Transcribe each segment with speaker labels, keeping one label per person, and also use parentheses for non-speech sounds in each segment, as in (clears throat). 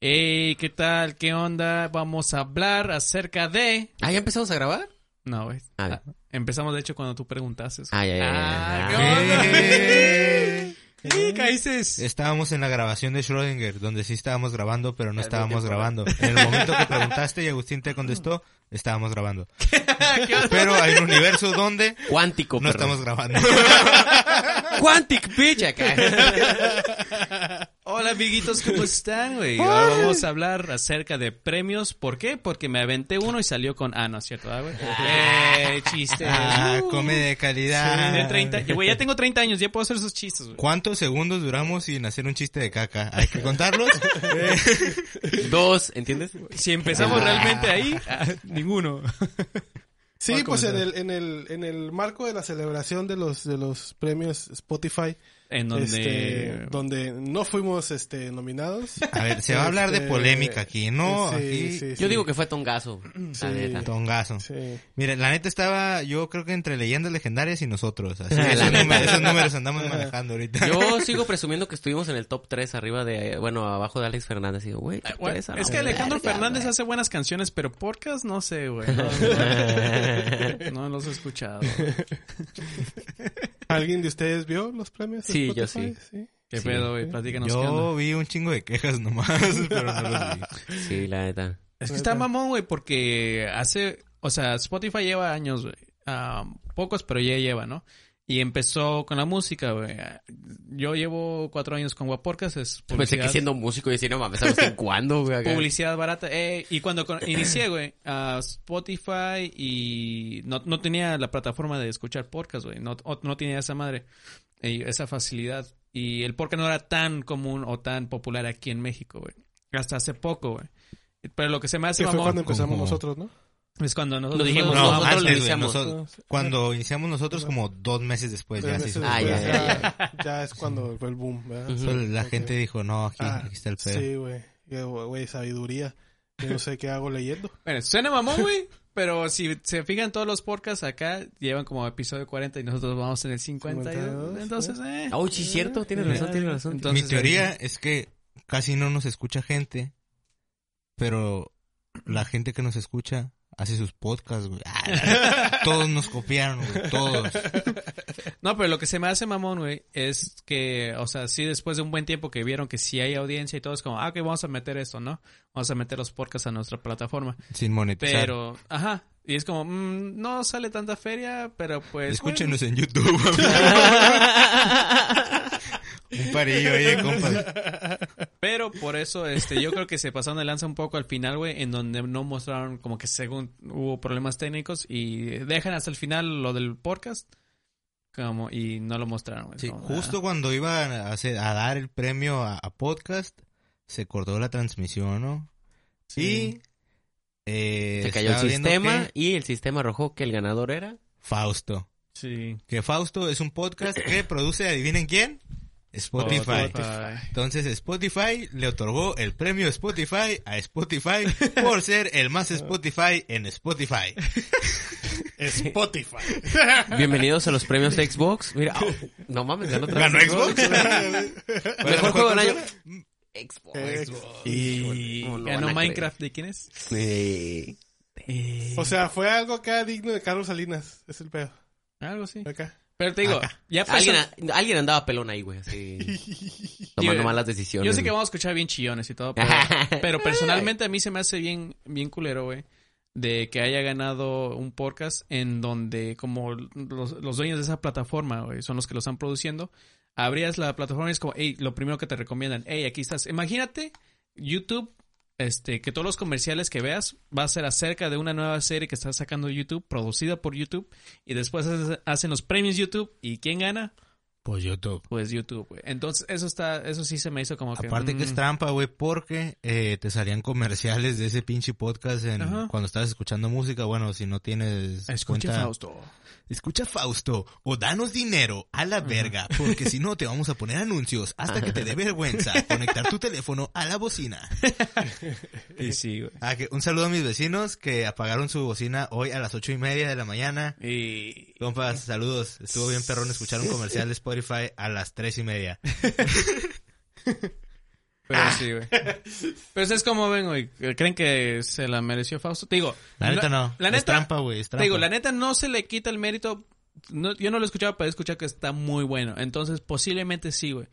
Speaker 1: Hey, ¿qué tal? ¿Qué onda? Vamos a hablar acerca de.
Speaker 2: ¿Ah, ya empezamos a grabar?
Speaker 1: No, güey. Ah,
Speaker 2: Ah.
Speaker 1: Empezamos, de hecho, cuando tú preguntaste.
Speaker 2: Ah, ya, ya, ya,
Speaker 1: Ah,
Speaker 2: ya.
Speaker 1: ¿qué
Speaker 2: Ah.
Speaker 1: onda?
Speaker 3: Eh.
Speaker 1: Sí, caíces.
Speaker 3: Estábamos en la grabación de Schrödinger, donde sí estábamos grabando, pero no estábamos grabando. En el momento que preguntaste y Agustín te contestó, estábamos
Speaker 4: (laughs)
Speaker 3: grabando. Pero hay un universo donde
Speaker 2: Cuántico,
Speaker 3: no
Speaker 2: perdón.
Speaker 3: estamos grabando.
Speaker 2: Quantic, bitch, acá.
Speaker 1: Hola, amiguitos, ¿cómo están, güey? Ahora vamos a hablar acerca de premios. ¿Por qué? Porque me aventé uno y salió con. Ah, no, es ¿cierto? Ah, güey. Eh, chiste.
Speaker 3: Ah, (laughs)
Speaker 1: Uh,
Speaker 3: come de calidad.
Speaker 1: de 30. Güey, ya tengo 30 años, ya puedo hacer esos chistes, güey.
Speaker 3: ¿Cuántos segundos duramos sin hacer un chiste de caca? ¿Hay que
Speaker 4: (laughs)
Speaker 3: contarlos? Eh,
Speaker 2: (laughs) Dos, ¿entiendes?
Speaker 1: Si empezamos realmente ahí, ah, ninguno.
Speaker 4: Sí,
Speaker 1: Marco
Speaker 4: pues en
Speaker 1: González.
Speaker 4: el, en, el, en el marco de la celebración de los, de los premios Spotify,
Speaker 1: En donde.
Speaker 4: este, donde no fuimos este, nominados.
Speaker 3: A ver, se va a hablar de
Speaker 4: Este,
Speaker 3: polémica aquí, Ah, ¿no?
Speaker 4: sí,
Speaker 3: Aquí,
Speaker 4: sí, sí.
Speaker 2: Yo digo que fue tongazo.
Speaker 4: Sí.
Speaker 2: La neta.
Speaker 3: Tongazo.
Speaker 4: Sí.
Speaker 3: Mira, la neta estaba, yo creo que entre leyendas legendarias y
Speaker 2: (laughs)
Speaker 3: nosotros. Así,
Speaker 2: La
Speaker 3: esos,
Speaker 2: neta.
Speaker 3: números, esos números
Speaker 4: (laughs)
Speaker 3: andamos manejando ahorita.
Speaker 2: Yo sigo presumiendo que estuvimos en el top 3 arriba de, bueno, abajo de Alex Fernández. Digo, güey, top
Speaker 1: Bueno,
Speaker 2: tres a la
Speaker 1: es que
Speaker 2: verga,
Speaker 1: Alejandro
Speaker 2: güey.
Speaker 1: Fernández hace buenas canciones, pero podcast no sé, güey. No, no los he escuchado.
Speaker 4: ¿Alguien de ustedes vio los premios? de
Speaker 2: Sí, yo
Speaker 4: Spotify?
Speaker 2: sí.
Speaker 1: ¿Qué
Speaker 2: Sí.
Speaker 1: pedo, güey? Platícanos qué
Speaker 3: Yo
Speaker 1: onda.
Speaker 3: vi un chingo de quejas (laughs) nomás, pero no los vi.
Speaker 2: Sí, la neta.
Speaker 1: Es que está mamón, güey, porque hace... O sea, Spotify lleva años, güey. Ah, pocos, pero ya lleva, ¿no? Y empezó con la música, güey. Yo llevo cuatro años con Guaporcas, es
Speaker 2: Pensé
Speaker 1: publicidad,
Speaker 2: que siendo músico y decía, no mames, (laughs) ¿sabes cuándo, güey? acá?
Speaker 1: publicidad barata. Eh, y cuando con- inicié, güey, ah, Spotify y no, no tenía la plataforma de escuchar podcast, güey. No, o- no tenía esa madre, eh, esa facilidad. Y el podcast no era tan común o tan popular aquí en México, güey. Hasta hace poco, güey. Pero lo que se me hace
Speaker 4: Que fue
Speaker 1: mamón-
Speaker 4: cuando empezamos
Speaker 3: como-
Speaker 4: nosotros, ¿no? Ah,
Speaker 1: Es cuando nosotros
Speaker 2: Lo dijimos
Speaker 3: No,
Speaker 2: nosotros
Speaker 3: antes,
Speaker 2: lo
Speaker 3: güey,
Speaker 2: iniciamos.
Speaker 3: nosotros- cuando iniciamos nosotros como dos meses después ya
Speaker 4: Tres
Speaker 3: se
Speaker 4: meses
Speaker 3: hizo.
Speaker 2: Ah, ya,
Speaker 4: después,
Speaker 2: ya,
Speaker 4: ya- ya es cuando fue el boom, ¿verdad?
Speaker 2: Ujú.
Speaker 3: Pues la
Speaker 4: Ok.
Speaker 3: gente dijo, no, aquí,
Speaker 4: Ah,
Speaker 3: aquí está el pedo.
Speaker 4: Sí, güey. Qué güey, Güey, sabiduría. Yo no sé qué hago leyendo.
Speaker 1: Bueno, suena mamón, güey. Pero si se fijan todos los podcasts acá, llevan como episodio 40 y nosotros vamos en el 52.
Speaker 4: 52,
Speaker 1: entonces, eh.
Speaker 2: Ah, uy, sí, cierto, tienes razón, tienes razón.
Speaker 1: Entonces,
Speaker 3: Mi teoría
Speaker 1: eh,
Speaker 3: es que casi no nos escucha gente, pero la gente que nos escucha hace sus podcasts, güey. Ah, todos nos copiaron, güey, todos.
Speaker 1: No, pero lo que se me hace mamón, güey, es que, o sea, sí, después de un buen tiempo que vieron que sí hay audiencia y todo, es como, ah, ok, vamos a meter esto, ¿no? Vamos a meter los podcasts a nuestra plataforma.
Speaker 3: Sin monetizar.
Speaker 1: Pero, ajá. Y es como, mm, no sale tanta feria, pero pues. bueno.
Speaker 3: Escúchenos en YouTube. Un parillo ahí de compas.
Speaker 1: Pero por eso, este, yo creo que se pasaron de lanza un poco al final, güey, en donde no mostraron como que según hubo problemas técnicos y dejan hasta el final lo del podcast. Como, y no lo mostraron, güey.
Speaker 3: Sí,
Speaker 1: Como,
Speaker 3: justo cuando iba a, hacer- a dar el premio a, a podcast, se cortó la transmisión, ¿no?
Speaker 1: "Ah,
Speaker 4: Sí.
Speaker 3: Y eh,
Speaker 2: Se cayó el
Speaker 3: estaba viendo
Speaker 2: sistema
Speaker 3: que
Speaker 2: y el sistema arrojó que el ganador era...
Speaker 3: Fausto.
Speaker 1: ah, Sí.
Speaker 3: Que Fausto es un podcast
Speaker 2: (clears throat)
Speaker 3: que produce, adivinen quién, Spotify.
Speaker 1: Spotify.
Speaker 3: Entonces Spotify le otorgó el premio Spotify
Speaker 2: (laughs)
Speaker 3: a Spotify por ser el más Spotify en Spotify.
Speaker 4: Spotify.
Speaker 2: Bienvenidos a los premios Xbox. Mira, au, no mames, ganó otra
Speaker 3: ¿Ganó
Speaker 2: vez
Speaker 3: Xbox?
Speaker 2: Mejor juego del año.
Speaker 3: consola?
Speaker 2: Xbox.
Speaker 4: Eh,
Speaker 1: Y
Speaker 2: ¿Cómo lo van a
Speaker 1: ganó
Speaker 2: creer?
Speaker 1: Minecraft, ¿de quién es?
Speaker 2: Sí. Eh,
Speaker 4: O sea, fue algo acá digno de Carlos Salinas. Es el pedo.
Speaker 1: Algo así.
Speaker 4: Acá. (laughs)
Speaker 1: Pero te digo, ya pasó.
Speaker 2: Alguien, alguien andaba pelón ahí, güey, así. Tomando
Speaker 1: Yo-
Speaker 2: malas decisiones.
Speaker 1: Yo sé que
Speaker 2: güey.
Speaker 1: vamos a escuchar bien chillones y
Speaker 2: (laughs)
Speaker 1: todo, pero, pero personalmente a mí se me hace bien, bien culero, güey. De que haya ganado un podcast en donde como los, los dueños de esa plataforma, güey, son los que lo están produciendo. Abrías la plataforma y es como, hey, lo primero que te recomiendan, hey, aquí estás. Imagínate YouTube, este, que todos los comerciales que veas va a ser acerca de una nueva serie que está sacando YouTube, producida por YouTube, y después haces- hacen los premios YouTube, ¿y quién gana?
Speaker 3: Pues YouTube.
Speaker 1: pues YouTube, güey. Entonces, eso está, eso sí se me hizo como que.
Speaker 3: Aparte que es
Speaker 1: mm,
Speaker 3: trampa, güey, porque eh, te salían comerciales de ese pinche podcast en,
Speaker 1: Ajá.
Speaker 3: cuando estabas escuchando música. Bueno, si no tienes
Speaker 1: Escucha
Speaker 3: cuenta-
Speaker 1: Fausto.
Speaker 3: Escucha Fausto o danos dinero a la verga, porque si no te vamos a poner anuncios hasta que te
Speaker 1: (laughs)
Speaker 3: dé vergüenza conectar tu teléfono a la bocina.
Speaker 1: Y sí, güey.
Speaker 3: Ah, que un saludo a mis vecinos que apagaron su bocina hoy a las ocho y media de la mañana.
Speaker 1: Y.
Speaker 3: Compas, saludos. Estuvo bien perrón escuchar un comercial de Spotify a las tres y media.
Speaker 1: Pero sí, güey. ah. (laughs) Pero ustedes cómo ven, güey. ¿Creen que se la mereció Fausto? Te digo.
Speaker 3: La neta no.
Speaker 1: (laughs) La
Speaker 3: Es
Speaker 1: neta.
Speaker 3: trampa, güey. Es
Speaker 1: te
Speaker 3: trampa.
Speaker 1: digo, la neta no se le quita el mérito. No, yo no lo escuchaba, pero he escuchado que está muy bueno. Entonces, posiblemente sí, güey.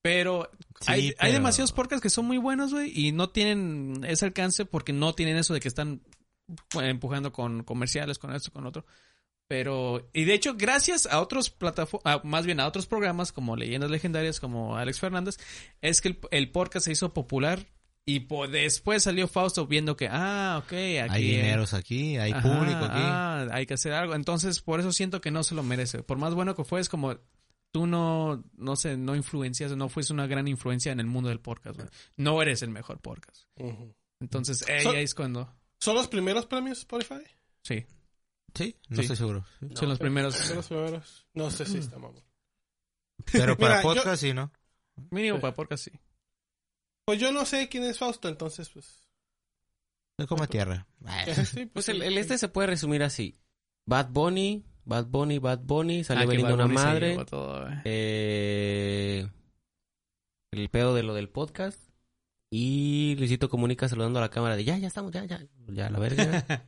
Speaker 1: Pero,
Speaker 3: Sí,
Speaker 1: hay, hay
Speaker 3: pero-
Speaker 1: demasiados podcasts que son muy buenos, güey, y no tienen ese alcance porque no tienen eso de que están bueno, empujando con comerciales, con esto, con otro. Pero, y de hecho, gracias a otros plataformas, ah, más bien a otros programas como Leyendas Legendarias, como Alex Fernández, es que el, el podcast se hizo popular y po- después salió Fausto viendo que, ah, ok, aquí
Speaker 3: Hay dineros aquí, hay
Speaker 1: Ajá,
Speaker 3: público aquí.
Speaker 1: ah, hay que hacer algo. Entonces, por eso siento que no se lo merece. Por más bueno que fue, es como tú no, no sé, no influencias, no fuiste una gran influencia en el mundo del podcast. güey. No eres el mejor podcast.
Speaker 4: Ujú.
Speaker 1: Entonces, eh,
Speaker 4: So-
Speaker 1: ahí es cuando.
Speaker 4: ¿Son los primeros premios Spotify?
Speaker 1: Sí,
Speaker 3: Sí, no
Speaker 1: Sí.
Speaker 3: estoy (laughs) seguro.
Speaker 1: son los primeros.
Speaker 4: Son los primeros. No sé si está mamón.
Speaker 3: Pero para
Speaker 4: Mira, yo-
Speaker 3: podcast sí, ¿no?
Speaker 1: (laughs) Mínimo para podcast, sí.
Speaker 4: Pues yo no sé quién es Fausto, entonces pues.
Speaker 3: No como tierra.
Speaker 4: sí, pues,
Speaker 2: Pues el,
Speaker 4: sí,
Speaker 2: el
Speaker 4: sí.
Speaker 2: este se puede resumir así. Bad Bunny, Bad Bunny, Bad Bunny, salió
Speaker 1: Ah, que
Speaker 2: vendiendo
Speaker 1: Bad
Speaker 2: una
Speaker 1: Bunny se
Speaker 2: madre.
Speaker 1: llevó todo, güey.
Speaker 2: Eh, el pedo de lo del podcast. Y Luisito Comunica saludando a la cámara de ya, ya estamos, ya, ya, ya, la verga.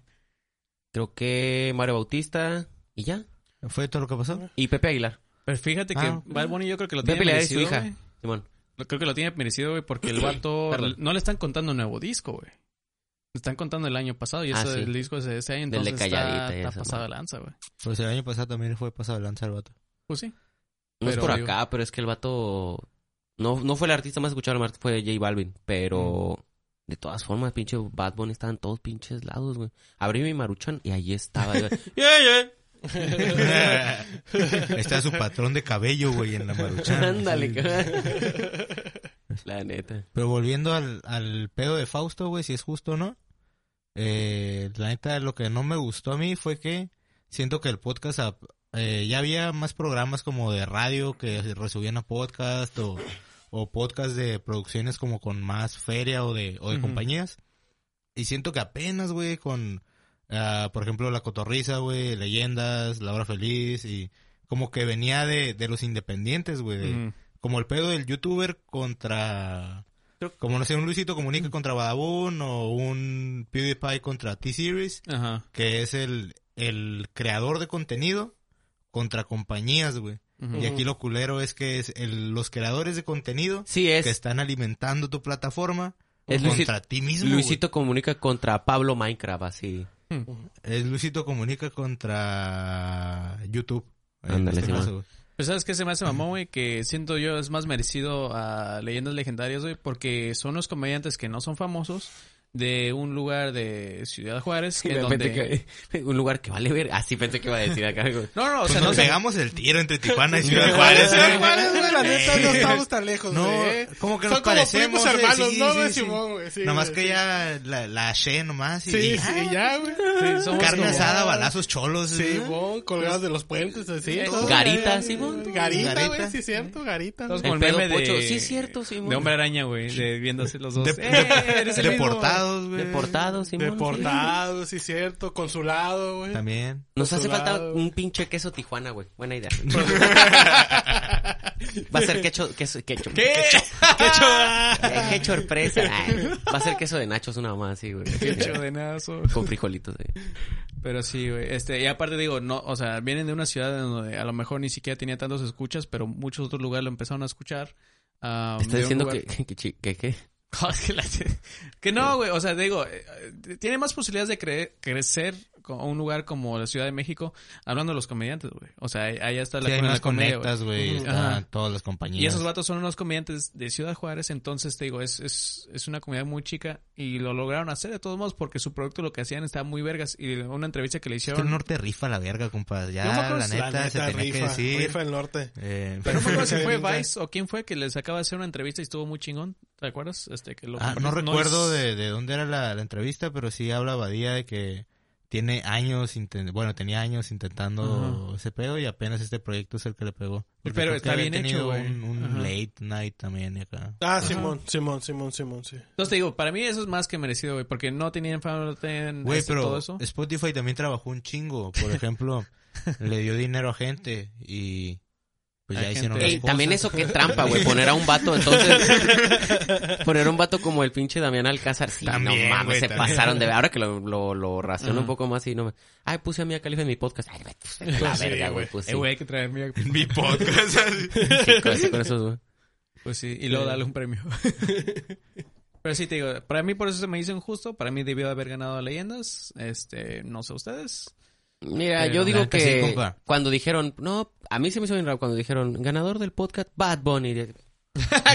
Speaker 2: Creo que Mario Bautista y ya.
Speaker 3: ¿Fue todo lo que pasó?
Speaker 2: Y Pepe Aguilar.
Speaker 1: Pero fíjate
Speaker 3: Ah.
Speaker 1: que Bad Bunny yo creo que lo
Speaker 2: Pepe
Speaker 1: tiene
Speaker 2: Aguilar es su
Speaker 1: merecido.
Speaker 2: hija.
Speaker 1: güey.
Speaker 2: Simón.
Speaker 1: Lo- Creo que lo tiene merecido, güey, porque el vato
Speaker 2: (coughs) Perdón.
Speaker 1: no le están contando nuevo disco, güey. Le están contando el año pasado y
Speaker 2: Ah,
Speaker 1: ese
Speaker 2: sí.
Speaker 1: el disco es de ese año,
Speaker 2: Dele
Speaker 1: entonces está,
Speaker 2: calladita y
Speaker 1: está
Speaker 2: eso,
Speaker 1: pasado
Speaker 2: ¿no?
Speaker 1: de lanza, güey.
Speaker 3: Pues el año pasado también fue pasado de lanza el vato.
Speaker 1: Pues sí.
Speaker 2: No es
Speaker 1: Pero
Speaker 2: por
Speaker 1: digo-
Speaker 2: acá, pero es que el vato. No, no fue el artista más escuchado, el artista fue J Balvin. Pero. De todas formas, pinche Bad Bunny estaba en todos pinches lados, güey. Abrí mi maruchan y ahí estaba. güey.
Speaker 4: Yeah,
Speaker 3: (laughs) Está su patrón de cabello, güey, en la (laughs) maruchan.
Speaker 2: Ándale,
Speaker 3: Sí.
Speaker 2: cabrón. La neta.
Speaker 3: Pero volviendo al, al pedo de Fausto, güey, si es justo o no. Eh, la neta, lo que no me gustó a mí fue que siento que el podcast... ah, eh, ya había más programas como de radio que se resubían a podcast o, o podcast de producciones como con más feria o de, o de
Speaker 1: Ujú.
Speaker 3: compañías. Y siento que apenas, güey, con... ah, por ejemplo, La Cotorriza, güey, Leyendas, La Hora Feliz y... Como que venía de, de los independientes, güey. de-
Speaker 1: Mm.
Speaker 3: como el pedo del youtuber contra... Como no sé, un Luisito Comunica contra Badabun o un PewDiePie contra T-Series,
Speaker 1: Ajá.
Speaker 3: que es el, el creador de contenido contra compañías, güey.
Speaker 1: Ujú.
Speaker 3: Y aquí lo culero es que es el- los creadores de contenido
Speaker 2: Sí, es.
Speaker 3: que están alimentando tu plataforma
Speaker 2: Es Luisi-
Speaker 3: contra ti mismo. güey.
Speaker 2: Luisito comunica contra Pablo Minecraft, así.
Speaker 3: Es Luisito Comunica contra YouTube. en
Speaker 2: Ándale,
Speaker 3: este
Speaker 2: Simón.
Speaker 3: caso, güey.
Speaker 1: Pero Pues, ¿sabes qué se me hace mamón, güey? Que siento yo es más merecido a leyendas legendarias, güey, porque son los comediantes que no son famosos de un lugar de Ciudad Juárez.
Speaker 2: Y
Speaker 1: en
Speaker 2: de
Speaker 1: donde...
Speaker 2: repente que- (laughs) un lugar que vale ver. Así pensé que iba a decir acá. güey.
Speaker 1: (laughs) No, no, o
Speaker 3: Pues
Speaker 1: sea, no
Speaker 3: nos
Speaker 1: sé.
Speaker 3: pegamos el tiro entre Tijuana y
Speaker 4: yeah.
Speaker 3: Ciudad Juárez. ¿eh?
Speaker 4: Ciudad
Speaker 3: güey.
Speaker 4: Juárez, güey, la neta, no estamos tan (laughs) lejos,
Speaker 3: Eh, No,
Speaker 4: güey.
Speaker 3: como que
Speaker 4: ¿Eh? Son
Speaker 3: nos
Speaker 4: como
Speaker 3: parecemos.
Speaker 4: primos
Speaker 3: eh,
Speaker 4: hermanos,
Speaker 3: sí,
Speaker 4: ¿no,
Speaker 3: sí,
Speaker 4: güey,
Speaker 3: sí.
Speaker 4: Simón, güey? Sí,
Speaker 3: Nomás
Speaker 4: güey,
Speaker 3: que
Speaker 4: sí.
Speaker 3: ya la, la haché nomás y...
Speaker 4: Sí,
Speaker 3: y-
Speaker 4: sí,
Speaker 3: ah,
Speaker 4: ya, güey.
Speaker 1: Sí, somos
Speaker 3: Carne
Speaker 1: como-
Speaker 3: asada, balazos cholos.
Speaker 4: Sí,
Speaker 3: ¿eh?
Speaker 4: bon, colgados de los puentes, así.
Speaker 1: Eh,
Speaker 4: todo.
Speaker 2: garita,
Speaker 4: Eh,
Speaker 2: sí, bon.
Speaker 4: Garita,
Speaker 3: Garita.
Speaker 4: güey, sí, cierto, garita.
Speaker 1: Todos
Speaker 2: El
Speaker 1: como el
Speaker 2: pedo
Speaker 1: meme de...
Speaker 2: pocho. Sí, es cierto, sí,
Speaker 1: De
Speaker 2: mon.
Speaker 1: hombre araña, güey, de viéndose los dos. (laughs)
Speaker 3: De-
Speaker 1: ¡Eh, eres el mismo!
Speaker 3: Deportados, güey.
Speaker 2: Deportado, sí, mon,
Speaker 4: Deportados, sí, cierto. Consulado, güey.
Speaker 3: También.
Speaker 2: sí. Nos hace falta
Speaker 4: Consulado.
Speaker 2: un pinche queso Tijuana, güey.
Speaker 1: (laughs)
Speaker 2: Buena idea. Va a ser queso, queso, queso.
Speaker 1: (laughs) ¿Qué?
Speaker 2: Eh, qué sorpresa. Ay, va a ser queso de nachos una mamá así, güey.
Speaker 1: (laughs) ¡Qué chodenazo!
Speaker 2: Con frijolitos, eh.
Speaker 1: Pero sí, güey. Este, y aparte digo, no, o sea, vienen de una ciudad en donde a lo mejor ni siquiera tenía tantos escuchas, pero muchos otros lugares lo empezaron a escuchar. Ah,
Speaker 2: Está
Speaker 1: de un
Speaker 2: diciendo
Speaker 1: lugar-
Speaker 2: que, (laughs) que, chi- que, que-
Speaker 1: (laughs) que no, güey. O sea, digo, eh, eh, tiene más posibilidades de cre- crecer co- a un lugar como la Ciudad de México, hablando de los comediantes, güey. O sea, ahí- allá está la
Speaker 3: Sí, hay
Speaker 1: cuna de la
Speaker 3: más
Speaker 1: comedia, güey.
Speaker 3: conectas, güey.
Speaker 4: Ujú.
Speaker 3: Están
Speaker 1: Ajá.
Speaker 3: todas las compañías.
Speaker 1: Y esos vatos son unos comediantes de Ciudad Juárez, entonces te digo, es, es, es una comunidad muy chica y lo lograron hacer de todos modos porque su producto lo que hacían estaba muy vergas y una entrevista que le
Speaker 3: Es que
Speaker 1: hicieron...
Speaker 3: el norte rifa la verga, compadre. Ya,
Speaker 1: Yo me
Speaker 3: la,
Speaker 1: acuerdo-
Speaker 3: neta, se tenía
Speaker 4: rifa,
Speaker 3: que decir.
Speaker 4: rifa el norte.
Speaker 3: Eh,
Speaker 1: Pero no me acuerdo si
Speaker 3: (laughs)
Speaker 1: fue
Speaker 4: Excelente.
Speaker 1: Vice o quién fue que les acaba de hacer una entrevista y estuvo muy chingón. ¿Te acuerdas? Este, que lo,
Speaker 3: ah, no,
Speaker 1: es-
Speaker 3: recuerdo de, de dónde era la, la entrevista, pero sí habla Badía de que tiene años, inten- bueno, tenía años intentando ese pedo y apenas este proyecto es el que le pegó. Porque
Speaker 1: Pero
Speaker 3: creo
Speaker 1: está
Speaker 3: que había
Speaker 1: bien hecho,
Speaker 3: tenido
Speaker 1: güey.
Speaker 3: un, un
Speaker 1: Ajá.
Speaker 3: late night también y acá.
Speaker 4: Ah, Simón, Simón, Simón,
Speaker 3: (laughs)
Speaker 4: Simón, sí.
Speaker 1: Entonces te digo, para mí eso es más que merecido, güey, porque no tenían fama, no tenían
Speaker 3: Güey,
Speaker 1: este, todo
Speaker 3: pero
Speaker 1: eso.
Speaker 3: Spotify también trabajó un chingo.
Speaker 1: (laughs)
Speaker 3: Por ejemplo, le dio dinero a gente y pues
Speaker 1: Hay
Speaker 3: ya hicieron
Speaker 1: gente-
Speaker 3: las
Speaker 1: Ey,
Speaker 2: Ey,
Speaker 3: cosas.
Speaker 2: Eh, también
Speaker 3: (laughs)
Speaker 2: eso qué trampa, güey. Poner a un vato, entonces. poner a un vato como el pinche Damián Alcázar. Sí,
Speaker 3: También,
Speaker 2: no mames,
Speaker 3: güey,
Speaker 2: se
Speaker 3: también. Mm.
Speaker 2: pasaron de. Ahora que lo, lo, lo raciono
Speaker 1: Ajá.
Speaker 2: un poco más y no me. Ay, puse a Mia Califa en mi podcast. Ay, güey, pues, vete a la
Speaker 1: Sí,
Speaker 2: verga, güey. Pues sí.
Speaker 1: Eh, güey, hay que traer mi...
Speaker 3: (laughs) mi podcast.
Speaker 1: (laughs)
Speaker 2: Sí, con- sí, con esos, güey.
Speaker 1: Pues sí, y luego dale un premio. Pero sí, te digo, para mí por eso se me hizo injusto. Para mí debió haber ganado a Leyendas. Este, no sé ustedes.
Speaker 2: Mira,
Speaker 1: Pero
Speaker 2: yo digo
Speaker 3: neta, eh, sí,
Speaker 2: que
Speaker 3: compa.
Speaker 2: cuando dijeron, no, a mí se me hizo bien raro cuando dijeron, ganador del podcast, Bad Bunny.
Speaker 3: (laughs)
Speaker 2: De-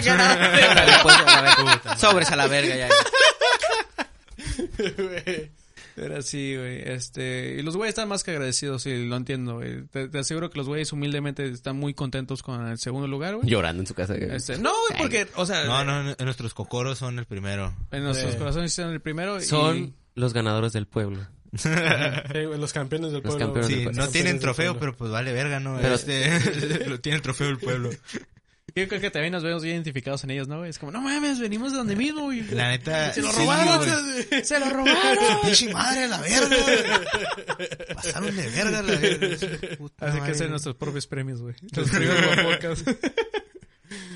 Speaker 2: Órale, pues, a la verga. Sobres a la verga ya.
Speaker 1: Pero sí, güey. Este, y los güeyes están más que agradecidos, y lo entiendo, güey. Te, te aseguro que los güeyes humildemente están muy contentos con el segundo lugar, güey.
Speaker 2: Llorando en su casa.
Speaker 1: Este, no, güey, porque, o sea,
Speaker 3: No, no, no, nuestros cocoros son el primero.
Speaker 1: en nuestros
Speaker 4: Eh.
Speaker 1: corazones hicieron el primero.
Speaker 2: Son
Speaker 1: Y,
Speaker 2: los ganadores del pueblo.
Speaker 4: Sí, güey, los campeones del
Speaker 2: Los
Speaker 4: pueblo.
Speaker 2: campeones del
Speaker 4: güey.
Speaker 3: Sí,
Speaker 2: pueblo.
Speaker 3: no tienen
Speaker 4: Campeones del
Speaker 3: trofeo,
Speaker 4: pueblo.
Speaker 3: pero pues vale verga, ¿no?
Speaker 2: Pero-
Speaker 3: Este, (laughs) lo tiene el trofeo del pueblo.
Speaker 1: yo creo que también nos vemos bien identificados en ellos, ¿no? güey? Es como, no mames, venimos de donde mismo, güey.
Speaker 3: La
Speaker 1: (laughs)
Speaker 3: neta.
Speaker 1: Se lo
Speaker 3: sí,
Speaker 1: robaron,
Speaker 3: güey.
Speaker 1: se, se lo
Speaker 3: (laughs)
Speaker 1: robaron.
Speaker 3: Pinche madre, la verga, güey. Pasaron de verga, la verga. Puta
Speaker 1: Así que
Speaker 3: madre.
Speaker 1: hacer nuestros propios premios, güey. Los primeros podcasts.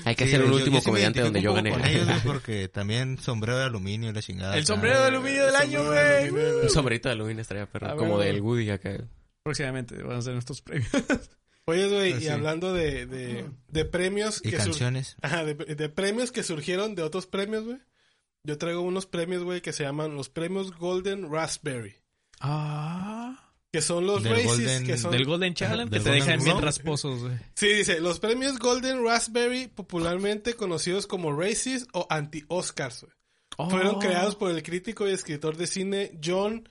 Speaker 2: Hay que
Speaker 3: Sí,
Speaker 2: hacer un
Speaker 3: yo-
Speaker 2: último
Speaker 3: yo sí me
Speaker 2: comediante donde yo
Speaker 3: identifico un
Speaker 2: gané.
Speaker 3: poco con ellos,
Speaker 2: (laughs)
Speaker 3: güey, porque también sombrero de aluminio y la chingada.
Speaker 1: El
Speaker 3: acá.
Speaker 1: sombrero de aluminio del año, güey.
Speaker 2: un sombrerito de aluminio estaría perro.
Speaker 1: Ah,
Speaker 2: como
Speaker 1: güey.
Speaker 2: del Woody acá.
Speaker 1: Próximamente van a ser nuestros premios.
Speaker 4: Oye, güey,
Speaker 1: Pues
Speaker 4: y
Speaker 1: sí.
Speaker 4: hablando de, de, de premios
Speaker 3: Ah, Y
Speaker 4: que sur-
Speaker 3: canciones.
Speaker 4: Ajá, de, de premios que surgieron de otros premios, güey. Yo traigo unos premios, güey, que se llaman los premios Golden Raspberry.
Speaker 1: Ah.
Speaker 4: Que son los
Speaker 3: Del
Speaker 4: races
Speaker 3: Golden-
Speaker 4: que son...
Speaker 1: Del Golden Challenge
Speaker 3: Del
Speaker 1: que te
Speaker 3: Golden
Speaker 1: dejan bien
Speaker 3: Globe.
Speaker 1: rasposos, güey.
Speaker 4: Sí, dice, los premios Golden Raspberry, popularmente conocidos como Races o anti-Oscars, güey, fueron
Speaker 1: Oh.
Speaker 4: creados por el crítico y escritor de cine John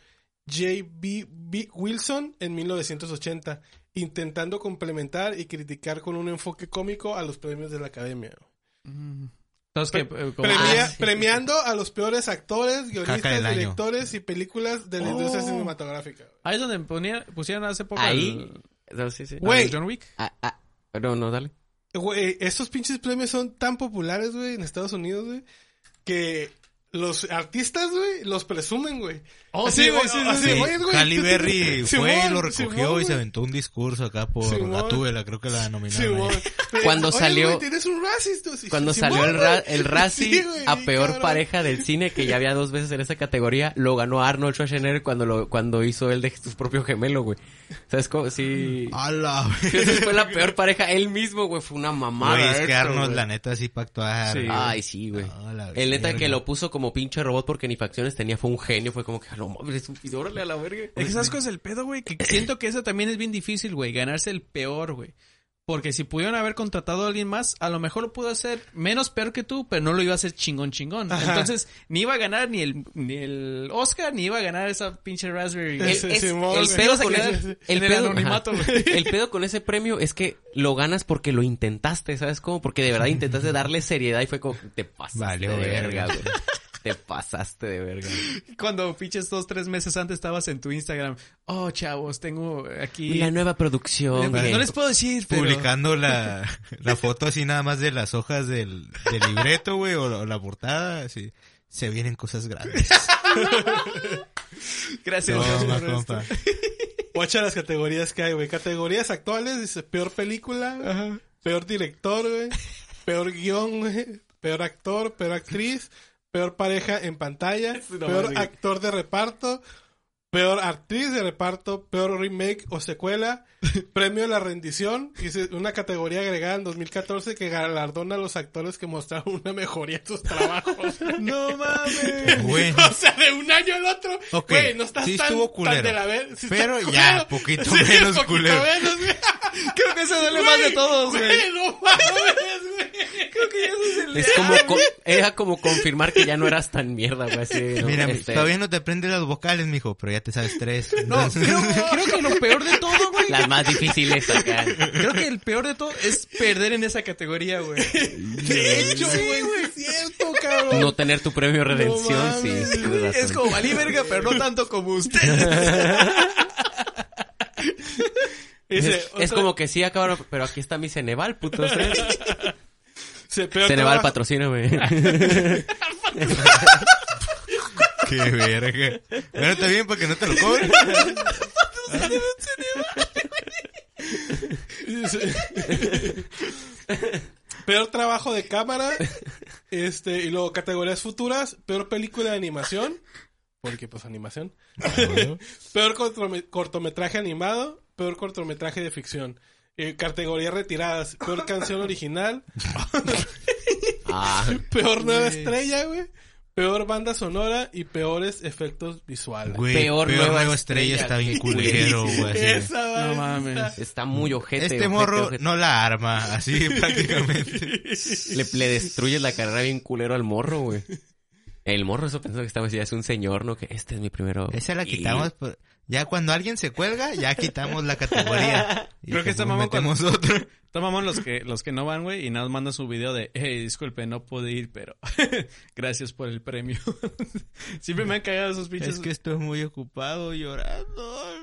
Speaker 4: J. B. B. Wilson en 1980, intentando complementar y criticar con un enfoque cómico a los premios de la academia. güey.
Speaker 1: Mm. Entonces, que, eh, como-
Speaker 4: Premia-
Speaker 2: Ah, sí.
Speaker 4: Premiando a los peores actores,
Speaker 3: Caca del
Speaker 4: guionistas,
Speaker 3: año.
Speaker 4: directores y películas de la industria
Speaker 1: Oh.
Speaker 4: cinematográfica. güey.
Speaker 1: Ahí es donde ponía- pusieron hace poco
Speaker 2: Ahí.
Speaker 1: al-
Speaker 2: No, sí, sí.
Speaker 1: al
Speaker 4: Güey.
Speaker 1: John Wick.
Speaker 2: Ah, ah, no, no, dale.
Speaker 4: Güey, estos pinches premios son tan populares, güey, en Estados Unidos, güey, que los artistas, güey, los presumen, güey.
Speaker 1: Oh,
Speaker 4: Así,
Speaker 1: sí, güey, sí,
Speaker 4: así,
Speaker 1: sí.
Speaker 4: güey, güey.
Speaker 3: Halle Berry fue,
Speaker 4: Simón,
Speaker 3: lo recogió
Speaker 4: Simón,
Speaker 3: y se
Speaker 4: güey.
Speaker 3: aventó un discurso acá por
Speaker 4: Simón.
Speaker 3: Gatúbela, creo que la
Speaker 4: Sí,
Speaker 3: nominaron.
Speaker 4: güey.
Speaker 3: ahí.
Speaker 4: Pero,
Speaker 2: Cuando
Speaker 4: oye,
Speaker 2: salió-
Speaker 4: güey, tienes un racist, tú, sí,
Speaker 2: Cuando
Speaker 4: sí,
Speaker 2: salió el,
Speaker 4: Simón,
Speaker 2: ra-
Speaker 4: güey.
Speaker 2: el Razzie
Speaker 4: (laughs) Sí, güey,
Speaker 2: a
Speaker 4: bien
Speaker 2: peor
Speaker 4: cabrón.
Speaker 2: pareja del cine, que ya había dos veces en esa categoría, lo ganó Arnold Schwarzenegger cuando lo cuando hizo él de su propio gemelo, güey. ¿Sabes cómo? Sí.
Speaker 4: Ah.
Speaker 3: A la
Speaker 2: Esa fue la peor pareja. Él mismo, güey, fue una mamada.
Speaker 3: Güey, es
Speaker 2: eso,
Speaker 3: que Arnold,
Speaker 2: güey.
Speaker 3: la neta, sí pactó a
Speaker 1: Sí.
Speaker 3: Arnold.
Speaker 2: Ay, sí, güey.
Speaker 3: A la
Speaker 2: el neta
Speaker 3: verga.
Speaker 2: que lo puso como pinche robot porque ni facciones tenía fue un genio. Fue como que, "Ah, no mames, es un órale a la
Speaker 3: (laughs)
Speaker 2: verga.
Speaker 1: Es que esas cosas el pedo, güey. Que siento que eso también es bien difícil, güey. Ganarse el peor, güey. Porque si pudieron haber contratado a alguien más, a lo mejor lo pudo hacer menos peor que tú, pero no lo iba a hacer chingón chingón.
Speaker 4: Ajá.
Speaker 1: Entonces, ni iba a ganar ni el, ni el Oscar, ni iba a ganar esa pinche Raspberry.
Speaker 2: El,
Speaker 1: (laughs)
Speaker 4: Sí,
Speaker 2: es-
Speaker 4: sí,
Speaker 2: el
Speaker 4: mo- sí,
Speaker 2: pedo
Speaker 4: sí,
Speaker 2: con
Speaker 4: sí,
Speaker 2: ese-
Speaker 4: sí, sí.
Speaker 2: el
Speaker 1: En el
Speaker 2: pedo-
Speaker 1: anonimato,
Speaker 2: ajá.
Speaker 1: güey. (laughs)
Speaker 2: El pedo con ese premio es que lo ganas porque lo intentaste, ¿sabes cómo? Porque de verdad intentaste darle seriedad y fue como, te pasaste
Speaker 3: Valió
Speaker 2: de verga,
Speaker 3: verga,
Speaker 2: güey. Te pasaste de verga. güey.
Speaker 1: Cuando pinches dos, tres meses antes estabas en tu Instagram. Oh, chavos, tengo aquí...
Speaker 2: Y la nueva producción, güey.
Speaker 1: pues, no les puedo decir, pero...
Speaker 3: Publicando la, la foto así nada más de las hojas del, del libreto, güey, o, la- o la portada, así. Se vienen
Speaker 1: (laughs)
Speaker 3: cosas grandes.
Speaker 1: (laughs) Gracias,
Speaker 3: No,
Speaker 1: Dios,
Speaker 3: más
Speaker 1: por esto.
Speaker 3: compa.
Speaker 4: Guacha las categorías que hay, güey. Categorías actuales, dice, peor película, peor director, güey, peor guión, güey, peor actor,
Speaker 2: (laughs)
Speaker 4: peor actriz, peor pareja en pantalla,
Speaker 1: una
Speaker 4: peor
Speaker 1: madre.
Speaker 4: actor de reparto, Peor actriz de reparto, peor remake o secuela, premio a la rendición, y se- una categoría agregada en 2014 que galardona a los actores que mostraron una mejoría en sus (laughs) trabajos.
Speaker 1: ¡No mames!
Speaker 3: Güey,
Speaker 4: o sea, de un año al otro,
Speaker 3: Ok,
Speaker 4: güey, no estás
Speaker 3: sí
Speaker 4: tan,
Speaker 3: estuvo
Speaker 4: tan
Speaker 3: culero,
Speaker 4: de la ver- sí
Speaker 3: pero
Speaker 4: está
Speaker 3: ya,
Speaker 4: culero.
Speaker 3: poquito
Speaker 4: Sí,
Speaker 3: menos
Speaker 4: poquito
Speaker 3: culero.
Speaker 4: menos, güey.
Speaker 1: (laughs) Creo que se duele más de todos, güey.
Speaker 4: no mames, güey. Creo que ya se
Speaker 2: Es como, co- era como confirmar que ya no eras tan mierda, güey. así de, no,
Speaker 3: Mira,
Speaker 2: este,
Speaker 3: todavía no te aprendes las vocales, mijo, pero ya te sabes tres.
Speaker 1: (laughs)
Speaker 2: (laughs)
Speaker 1: No,
Speaker 3: entonces-
Speaker 1: creo, creo que lo peor de todo, güey.
Speaker 2: Las más difíciles acá.
Speaker 1: Creo que el peor de todo es perder en esa categoría, güey.
Speaker 4: De hecho, güey, sí es cierto, cabrón.
Speaker 2: No tener tu premio redención,
Speaker 4: mames,
Speaker 2: sí.
Speaker 4: güey,
Speaker 2: tienes razón.
Speaker 1: Es como valí verga, pero no tanto como usted.
Speaker 2: Es-
Speaker 4: Dice,
Speaker 2: es
Speaker 4: otra-
Speaker 2: como que sí, acabaron, pero aquí está mi Ceneval, puto. Se
Speaker 4: se peor
Speaker 2: Ceneval,
Speaker 4: trabajo.
Speaker 2: patrocíname.
Speaker 3: (laughs) Qué verga. Bueno, está bien para que no te lo
Speaker 1: (laughs)
Speaker 3: cobren.
Speaker 4: Dice- (laughs) peor trabajo de cámara. Este, y luego categorías futuras. Peor película de animación. Porque, pues, animación. peor cortome- cortometraje animado. Peor cortometraje de ficción. Eh, categorías retiradas. Peor canción original.
Speaker 2: (laughs) Ah,
Speaker 4: Peor nueva estrella, güey. Peor banda sonora y peores efectos visuales.
Speaker 3: Güey,
Speaker 2: Peor
Speaker 3: peor,
Speaker 2: nueva
Speaker 3: nueva estrella,
Speaker 2: estrella,
Speaker 3: está bien
Speaker 2: güey.
Speaker 3: culero, güey. así de,
Speaker 4: Esa
Speaker 1: No
Speaker 4: vaina
Speaker 1: mames.
Speaker 2: está muy ojete.
Speaker 3: Este
Speaker 2: ojete,
Speaker 3: morro
Speaker 2: ojete.
Speaker 3: no la arma, así (laughs) prácticamente.
Speaker 2: Le, le destruyes la carrera bien culero al morro, güey. El morro, eso pensó que estaba así, es un señor, ¿no? Que este es mi primero.
Speaker 1: Pues,
Speaker 3: Esa la quitamos. por- Ya cuando alguien se cuelga, ya quitamos
Speaker 1: (laughs)
Speaker 3: la categoría. Y
Speaker 1: Creo que esta
Speaker 3: como
Speaker 1: mamá
Speaker 3: metemos otra.
Speaker 1: Está mamón los que, los que no van, güey, y nada más mandan su video de, hey, disculpe, no pude ir, pero (laughs) gracias por el premio. (laughs) Siempre me han cagado esos pinches.
Speaker 3: Es que estoy muy ocupado
Speaker 1: (laughs)
Speaker 3: llorando.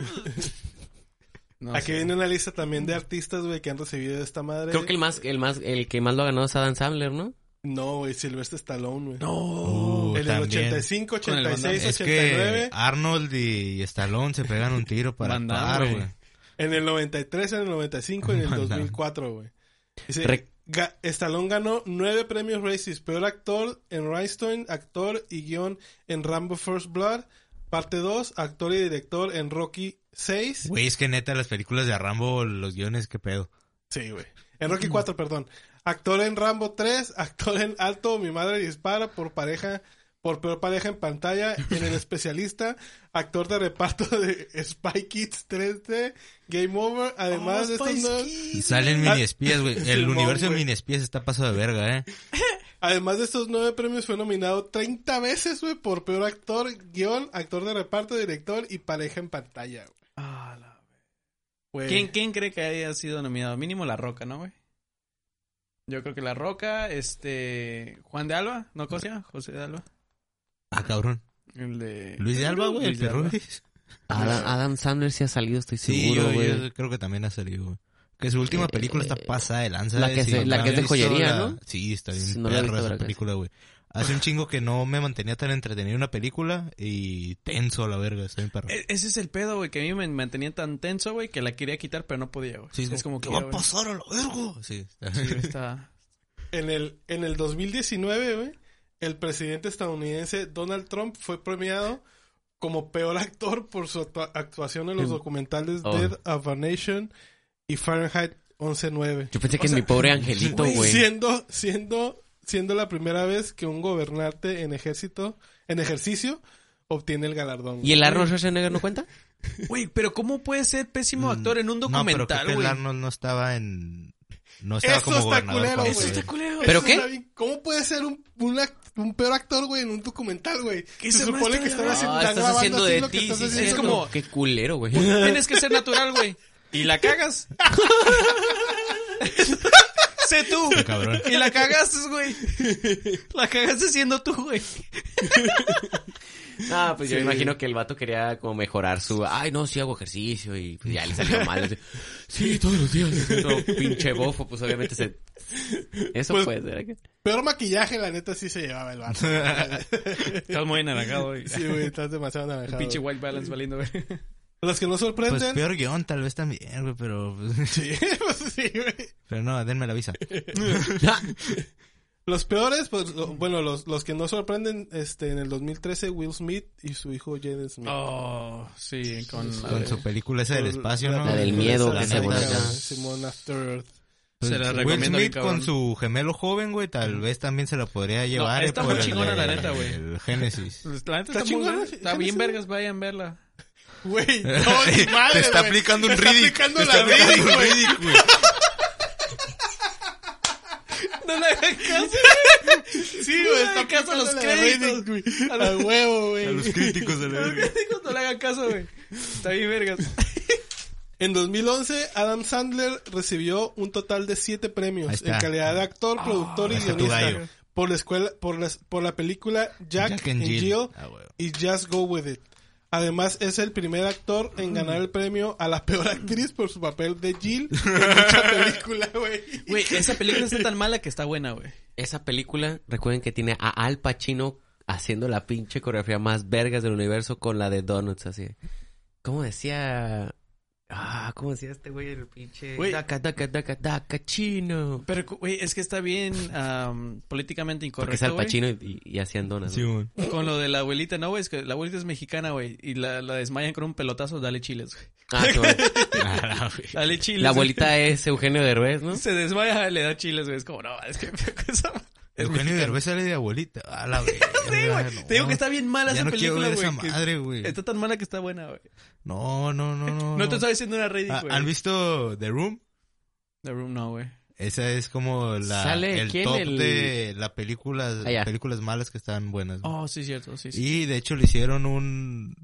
Speaker 1: No
Speaker 4: Aquí
Speaker 1: sé.
Speaker 4: viene una lista también de artistas, güey, que han recibido esta madre.
Speaker 2: Creo que el más, el más, el que más lo ha ganado es Adam Sandler, ¿no?
Speaker 4: No, güey, Sylvester Stallone, güey.
Speaker 1: No.
Speaker 3: Uh,
Speaker 4: en el
Speaker 3: también.
Speaker 4: 85,
Speaker 1: Con el
Speaker 4: 86,
Speaker 3: Es
Speaker 4: 89.
Speaker 3: que Arnold y Stallone se pegan un tiro para
Speaker 1: Van Damme,
Speaker 3: actuar,
Speaker 1: güey.
Speaker 3: güey.
Speaker 4: En el 93, en el 95 y en el
Speaker 3: Manda.
Speaker 4: 2004, güey. Dice,
Speaker 2: Re-
Speaker 4: "Ga- Stallone ganó nueve premios Races. Peor actor en Rhinestone, actor y guión en Rambo First Blood. Parte 2, actor y director en Rocky 6.
Speaker 3: Güey, es que neta, las películas de Rambo, los guiones, qué pedo.
Speaker 4: Sí, güey. En
Speaker 1: Mm.
Speaker 4: Rocky 4, perdón. Actor en Rambo 3, (laughs) actor en Alto, mi madre dispara por pareja, por peor pareja en pantalla, en El Especialista, actor de reparto de (laughs) Spy Kids 3D, Game Over,
Speaker 1: Oh,
Speaker 4: además de estos nuevos,
Speaker 3: Y salen mini
Speaker 1: (laughs)
Speaker 3: espías, güey. El
Speaker 4: Simón,
Speaker 3: universo de
Speaker 4: güey.
Speaker 3: mini espías está pasado de verga, ¿eh?
Speaker 4: además de estos nueve premios fue nominado 30 veces, güey, por peor actor, guión, actor de reparto, director y pareja en pantalla, güey.
Speaker 1: Ah, la-
Speaker 4: Güey.
Speaker 1: ¿Quién, ¿Quién cree que haya sido nominado? Mínimo La Roca, ¿no, güey? Yo creo que La Roca, este... Juan de Alba, ¿no? ¿Cómo se llama? José de Alba.
Speaker 3: Ah, cabrón.
Speaker 1: El de...
Speaker 3: Luis de Alba, güey, el
Speaker 1: Luis de
Speaker 3: perro.
Speaker 1: Alba.
Speaker 3: güey.
Speaker 2: Adam, Adam Sandler sí ha salido, estoy
Speaker 3: Sí,
Speaker 2: seguro,
Speaker 3: yo,
Speaker 2: güey.
Speaker 3: yo creo que también ha salido, güey. Que su última
Speaker 2: Eh,
Speaker 3: película está
Speaker 2: eh,
Speaker 3: pasada de lanza.
Speaker 2: la que
Speaker 3: sí,
Speaker 2: se- la
Speaker 3: no
Speaker 2: que es de
Speaker 3: había visto
Speaker 2: joyería, ¿no?
Speaker 3: Sí, está bien
Speaker 2: Sí, no la he
Speaker 3: perra
Speaker 2: visto,
Speaker 3: esa
Speaker 2: verga.
Speaker 3: película, güey. Hace un chingo que no me mantenía tan entretenida una película y tenso a la verga, está bien
Speaker 2: Eh,
Speaker 3: perra.
Speaker 1: E- Ese es el pedo, güey, que a mí me mantenía tan tenso, güey, que la quería quitar, pero no podía, güey.
Speaker 3: Sí,
Speaker 1: es como que...
Speaker 3: ¿qué
Speaker 1: ya,
Speaker 3: va a
Speaker 1: güey,
Speaker 3: pasar a la verga? Sí, está-
Speaker 1: sí, güey, está-
Speaker 4: En el, en el 2019, güey, el presidente estadounidense Donald Trump fue premiado como peor (laughs) actor por su actua- actuación en los
Speaker 2: Mm.
Speaker 4: documentales
Speaker 2: Oh.
Speaker 4: Death of a Nation y Fahrenheit 11.9.
Speaker 2: Yo pensé que es mi pobre angelito,
Speaker 4: Güey,
Speaker 2: güey.
Speaker 4: Siendo, siendo, siendo la primera vez que un gobernante en ejército, en ejercicio, obtiene el galardón.
Speaker 2: ¿Y el Arnold Schwarzenegger no cuenta?
Speaker 1: Güey, pero ¿cómo puede ser pésimo actor en un
Speaker 3: No, pero
Speaker 1: documental,
Speaker 3: creo que
Speaker 1: güey?
Speaker 3: el Arnold no estaba en... No estaba
Speaker 4: Eso
Speaker 3: como
Speaker 4: está
Speaker 3: gobernador.
Speaker 4: culero,
Speaker 3: cuando
Speaker 4: güey.
Speaker 3: se (laughs)
Speaker 4: Eso
Speaker 3: ve.
Speaker 4: está
Speaker 1: culero.
Speaker 2: ¿Pero
Speaker 4: Eso
Speaker 2: qué?
Speaker 4: está bien. ¿Cómo puede ser un, un act- un peor actor, güey, en un documental, güey?
Speaker 1: Que
Speaker 4: Se
Speaker 1: ese man
Speaker 4: supone
Speaker 1: está
Speaker 4: que están
Speaker 1: grabando.
Speaker 4: haciendo,
Speaker 2: Ah,
Speaker 4: están
Speaker 2: estás
Speaker 4: grabando
Speaker 2: haciendo
Speaker 4: así
Speaker 2: de
Speaker 4: lo que
Speaker 2: ti.
Speaker 4: estás
Speaker 2: sí,
Speaker 4: haciendo.
Speaker 1: es
Speaker 2: cierto.
Speaker 1: como-
Speaker 2: Qué culero, güey.
Speaker 1: Tienes que ser natural, güey. Y la (laughs) cagas. sé tú.
Speaker 3: Qué cabrón. Pues
Speaker 1: Y la cagaste, güey. La cagaste siendo tú, güey.
Speaker 2: Ah, pues yo
Speaker 4: Sí.
Speaker 2: me imagino que el vato quería como mejorar su... Ay, no, sí hago ejercicio y pues ya le salió mal. así, sí, todos los días. Todo pinche bofo, pues obviamente se... Eso
Speaker 4: Pues-
Speaker 2: puede ser. ¿eh?
Speaker 4: Peor maquillaje, la neta, sí se llevaba el
Speaker 3: (laughs)
Speaker 4: vato.
Speaker 1: Estás muy anaranjado, güey.
Speaker 4: Sí, güey, estás demasiado
Speaker 1: El (laughs)
Speaker 4: naranjado.
Speaker 1: pinche
Speaker 4: güey.
Speaker 1: white balance valiendo, güey.
Speaker 4: Los que no sorprenden.
Speaker 3: Pues peor guión tal vez también, güey,
Speaker 4: (laughs)
Speaker 3: pero... pues, (laughs)
Speaker 4: Sí, pues sí, güey.
Speaker 2: (laughs) Ah,
Speaker 3: Pero no, denme la visa.
Speaker 4: Los peores, pues, lo- bueno, los, los que no sorprenden, este, en el 2013, Will Smith y su hijo Jaden Smith.
Speaker 1: Oh, sí, con...
Speaker 4: Sí, sí.
Speaker 1: la
Speaker 3: Con
Speaker 1: de-
Speaker 3: su película esa del
Speaker 4: Con
Speaker 3: espacio, ¿no?
Speaker 2: La del miedo
Speaker 4: película
Speaker 2: que se
Speaker 3: neta,
Speaker 4: esa de
Speaker 2: voltea.
Speaker 3: güey.
Speaker 4: Simón After Earth.
Speaker 1: Se la
Speaker 3: Will
Speaker 1: recomiendo bien,
Speaker 3: Smith
Speaker 1: cabrón.
Speaker 3: con su gemelo joven, güey, tal vez también se la podría llevar.
Speaker 1: está
Speaker 3: eh,
Speaker 1: muy
Speaker 3: por el
Speaker 1: chingona, la
Speaker 3: de-
Speaker 1: neta, güey.
Speaker 3: El
Speaker 1: (laughs)
Speaker 3: Génesis.
Speaker 1: La neta
Speaker 4: Está
Speaker 1: está, muy
Speaker 4: chingona,
Speaker 1: buena.
Speaker 4: ¿sí?
Speaker 1: Está
Speaker 4: ¿sí?
Speaker 1: bien
Speaker 4: ¿sí?
Speaker 1: vergas, vayan a verla.
Speaker 3: (laughs)
Speaker 4: Güey, no, ni madre,
Speaker 3: Te está
Speaker 4: güey.
Speaker 3: aplicando un
Speaker 4: Te está
Speaker 3: Riddick.
Speaker 4: aplicando
Speaker 3: Te
Speaker 4: la
Speaker 3: está aplicando
Speaker 4: Riddick,
Speaker 3: un
Speaker 4: güey.
Speaker 3: Riddick, güey.
Speaker 1: No le hagan (laughs) caso.
Speaker 4: Sí,
Speaker 1: No
Speaker 4: güey,
Speaker 1: le
Speaker 4: está
Speaker 1: hagan caso a los
Speaker 4: aplicando la
Speaker 1: créditos,
Speaker 4: Riddick,
Speaker 1: güey.
Speaker 4: güey. A huevo,
Speaker 3: A los
Speaker 4: güey.
Speaker 3: críticos de la
Speaker 1: A los
Speaker 3: verga.
Speaker 1: críticos (laughs) no le hagan caso, güey. Está bien vergas.
Speaker 4: En 2011, Adam Sandler recibió un total de siete
Speaker 3: Ahí
Speaker 4: premios
Speaker 3: está.
Speaker 4: en calidad de actor, productor y
Speaker 3: ahí está tu gallo.
Speaker 4: guionista por la escuela, por la, por la película Jack, and Jill,
Speaker 3: Ah, güey.
Speaker 4: y Just Go With It. Además, es el primer actor en ganar el premio a la (laughs) peor actriz por su papel de Jill en dicha película, güey.
Speaker 1: Güey, esa película está tan mala que está buena, güey.
Speaker 2: Esa película, recuerden que tiene a Al Pacino haciendo la pinche coreografía más vergas del universo con la de Donuts, así. ¿Cómo decía? Ah, ¿cómo decía este güey el pinche?
Speaker 1: Güey.
Speaker 2: Daca, daca, daca, daca, chino.
Speaker 1: Pero, güey, es que está bien am, políticamente
Speaker 2: Porque es
Speaker 1: incorrecto,
Speaker 2: Al
Speaker 1: güey.
Speaker 2: Pacino y, y hacían donuts.
Speaker 3: Sí,
Speaker 2: ¿no?
Speaker 3: güey.
Speaker 1: Con lo de la abuelita, no, güey, es que la abuelita es mexicana, güey, y la, la desmayan con un pelotazo, dale chiles, güey.
Speaker 2: Ah, sí, güey.
Speaker 1: Dale chiles.
Speaker 2: la
Speaker 1: güey.
Speaker 2: abuelita es Eugenio Derbez,
Speaker 1: (laughs)
Speaker 2: ¿no?
Speaker 1: se desmaya, le da chiles, güey, es como, no, es que (laughs) esa- es
Speaker 3: Eugenio
Speaker 1: mexicana.
Speaker 3: Derbez sale de abuelita. A la verga.
Speaker 1: (laughs) Sí, güey,
Speaker 3: no.
Speaker 1: te digo que está bien mala
Speaker 3: Ya
Speaker 1: esa
Speaker 3: no quiero
Speaker 1: película,
Speaker 3: ver esa
Speaker 1: güey. que
Speaker 3: madre, güey.
Speaker 1: Está tan mala que está buena, güey.
Speaker 3: No, no, no, no.
Speaker 1: No, te estoy diciendo una rating,
Speaker 3: Ah,
Speaker 1: güey.
Speaker 3: ¿Han visto The Room?
Speaker 1: The Room, no, güey.
Speaker 3: Esa es como la,
Speaker 2: ¿Sale
Speaker 3: el
Speaker 2: quién?
Speaker 3: top
Speaker 2: El-
Speaker 3: de las películas,
Speaker 2: Ah, ya.
Speaker 3: películas malas que están buenas. güey.
Speaker 1: Oh, sí, cierto, sí, sí.
Speaker 3: Y de hecho le hicieron un...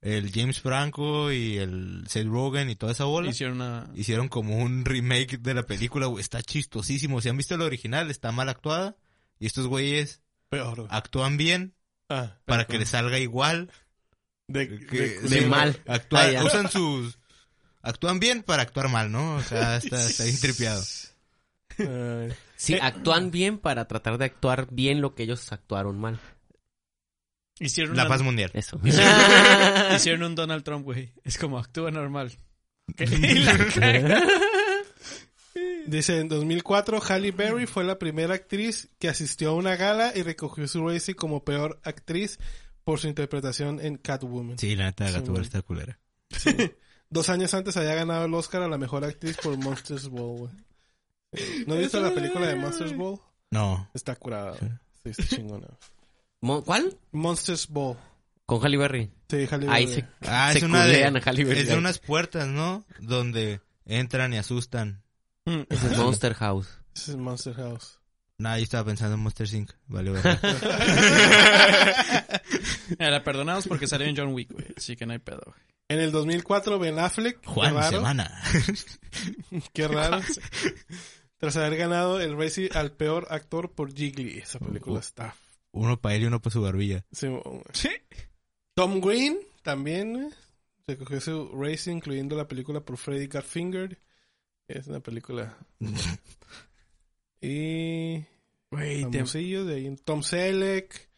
Speaker 3: El James Franco y el Seth Rogen y toda esa bola.
Speaker 1: Hicieron una...
Speaker 3: Hicieron como un remake de la película, güey. Está chistosísimo. Si han visto el original, está mal actuada. Y estos güeyes
Speaker 4: (laughs) Peor, güey.
Speaker 3: actúan bien
Speaker 4: Ah,
Speaker 3: para que les salga igual.
Speaker 4: de,
Speaker 3: Que-
Speaker 2: de
Speaker 3: sí,
Speaker 2: mal.
Speaker 3: actúan-
Speaker 2: Ah, ya.
Speaker 3: usan sus... Actúan bien para actuar mal, ¿no?
Speaker 2: (laughs)
Speaker 3: O sea, está, está bien tripeado.
Speaker 4: Ay.
Speaker 2: Sí,
Speaker 4: Eh.
Speaker 3: ah,
Speaker 2: actúan bien para tratar de actuar bien lo que ellos actuaron mal.
Speaker 1: Hicieron
Speaker 3: La
Speaker 1: una-
Speaker 3: paz mundial.
Speaker 2: Eso.
Speaker 5: (laughs)
Speaker 1: Hicieron un Donald Trump, güey. Es como actúa normal. Y la caga.
Speaker 4: Dice, en 2004, Halle Berry fue la primera actriz que asistió a una gala y recogió su Razzie como peor actriz por su interpretación en Catwoman.
Speaker 3: Sí, la neta,
Speaker 4: Sí,
Speaker 3: la tuve
Speaker 4: güey.
Speaker 3: esta culera.
Speaker 4: Dos años antes había ganado el Oscar a la mejor actriz por Monsters Ball, güey. Eh, ¿No has visto
Speaker 1: Eso
Speaker 4: la
Speaker 1: me
Speaker 4: película de
Speaker 1: da,
Speaker 4: Monsters Ball?
Speaker 3: No.
Speaker 4: Está curada, güey. Sí, está chingona.
Speaker 2: Mo- ¿Cuál?
Speaker 4: Monsters Ball.
Speaker 2: Con Halle Berry.
Speaker 4: Sí, Halle
Speaker 2: Ahí
Speaker 4: Berry.
Speaker 2: se,
Speaker 3: Ah,
Speaker 2: se
Speaker 3: es una de,
Speaker 2: culean a Halle Berry.
Speaker 3: es de unas puertas, ¿no? Donde entran y asustan.
Speaker 1: Mm,
Speaker 2: Ese es Monster House.
Speaker 4: Ese es Monster House.
Speaker 3: Nah, yo estaba pensando en Monster Inc. Vale, vale.
Speaker 1: Eh, la perdonamos porque salió en John Wick, güey. Así que no hay pedo, güey.
Speaker 4: En el 2004, Ben Affleck. qué
Speaker 3: Juan,
Speaker 4: raro,
Speaker 3: semana.
Speaker 4: Qué raro. (laughs) Tras haber ganado el Razzie al peor actor por Jiggly. Esa película está
Speaker 3: (laughs) Uno para él y uno para su barbilla.
Speaker 4: Uh-huh. Sí, güey. Tom Green también güey. recogió su Racing, incluyendo la película por Freddy Garfinger. Es una (laughs) película. y.
Speaker 1: Güey, te-
Speaker 4: (laughs) Famosillo de ahí. Tom Selleck.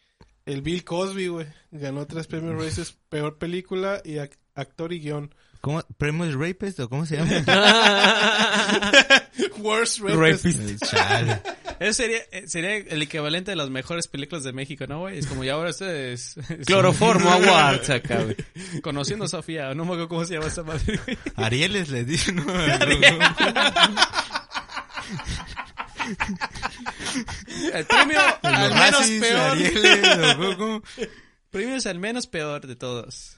Speaker 4: El Bill Cosby, güey. Ganó tres premios Races, peor película y ac- actor y guión.
Speaker 3: ¿Cómo? ¿Premios Rapist o cómo se llama?
Speaker 1: (laughs)
Speaker 4: Worst Rapist.
Speaker 3: Eh, Chale.
Speaker 1: Eso pues, sería, eh, sería el equivalente de las mejores películas de México, ¿no, güey? Es como ya ahora ustedes... es-
Speaker 2: Cloroformo
Speaker 1: (laughs)
Speaker 2: Awards acá, güey.
Speaker 1: Conociendo a Sofía. No me acuerdo cómo se llama esa madre, güey.
Speaker 3: Arieles les dicen. ¿no?
Speaker 1: El premio al
Speaker 3: Los
Speaker 1: menos
Speaker 3: Razzies,
Speaker 1: peor.
Speaker 3: Arieles, ¿no? ¿Cómo?
Speaker 1: Premio es al menos peor de todos.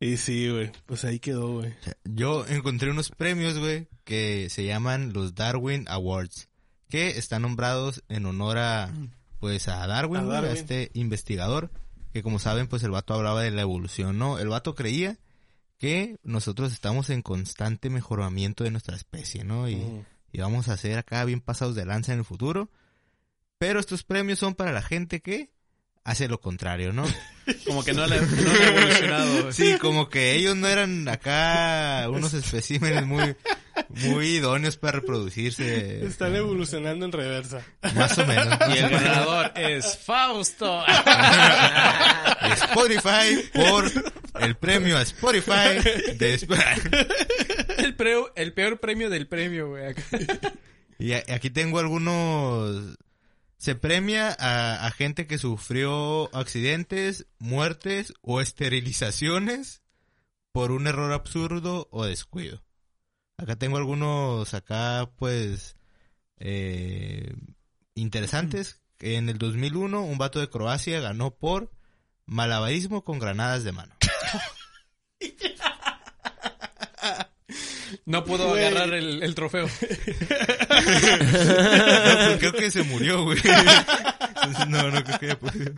Speaker 4: Y sí, güey. Pues ahí quedó, güey.
Speaker 3: Yo encontré unos premios, güey, que se llaman los Darwin Awards, que están nombrados en honor a, pues, a Darwin,
Speaker 4: Mm. A
Speaker 3: güey, a
Speaker 4: Darwin.
Speaker 3: este investigador, que como saben, pues, el vato hablaba de la evolución, ¿no? El vato creía que nosotros estamos en constante mejoramiento de nuestra especie, ¿no? Y,
Speaker 4: Mm.
Speaker 3: y vamos a ser acá bien pasados de lanza en el futuro, pero estos premios son para la gente que hace lo contrario, ¿no?
Speaker 1: Como que no le, no le ha evolucionado, güey.
Speaker 3: Sí, como que ellos no eran acá unos especímenes muy, muy idóneos para reproducirse.
Speaker 4: Están evolucionando en reversa.
Speaker 3: Más o menos.
Speaker 1: Y (laughs) el ganador es (laughs) Fausto.
Speaker 3: (laughs) Spotify por el premio a Spotify. De... Sp-
Speaker 1: El, preo- el peor premio del premio, güey. acá.
Speaker 3: Y a- aquí tengo algunos. Se premia a, a gente que sufrió accidentes, muertes o esterilizaciones por un error absurdo o descuido. Acá tengo algunos, acá pues, eh, interesantes. En el 2001, un vato de Croacia ganó por malabarismo con granadas de mano.
Speaker 1: No pudo
Speaker 4: Güey.
Speaker 1: agarrar el, el trofeo.
Speaker 3: No, pues, creo que se murió, güey. (laughs) No, no creo que haya podido.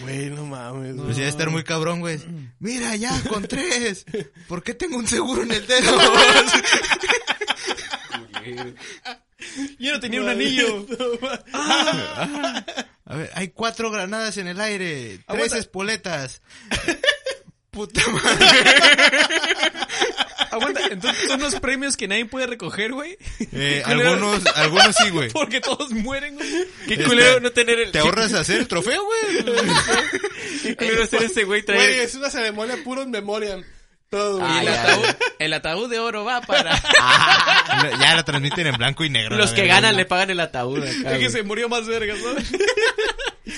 Speaker 4: Güey, no mames.
Speaker 3: Pues
Speaker 4: güey.
Speaker 3: ya estar muy cabrón, güey. Mira, ya, con (laughs) tres. ¿Por qué tengo un seguro en el dedo? (laughs)
Speaker 1: Yo no tenía un anillo.
Speaker 3: A ver, hay cuatro granadas en el aire, tres
Speaker 1: Aguanta.
Speaker 3: (laughs) espoletas. Puta madre.
Speaker 1: Aguanta, entonces son los premios que nadie puede recoger, (laughs) güey.
Speaker 3: Eh, algunos, algunos sí, (laughs) güey.
Speaker 1: Porque todos mueren, güey.
Speaker 3: Este,
Speaker 5: Qué culero no tener el.
Speaker 3: Te ahorras hacer el trofeo, (laughs) güey.
Speaker 5: Qué culero ser ese güey traer.
Speaker 4: Güey, es una ceremonia puro en memoria. Todo, güey.
Speaker 1: Y el
Speaker 5: Ay,
Speaker 1: ataúd, el ataúd de oro va
Speaker 3: (laughs)
Speaker 1: para.
Speaker 3: Ah, Ya la transmiten en blanco y negro.
Speaker 5: los
Speaker 3: la
Speaker 5: que
Speaker 3: verga.
Speaker 5: ganan le pagan el ataúd. acá,
Speaker 1: El que
Speaker 5: güey.
Speaker 1: se murió más verga, ¿sabes?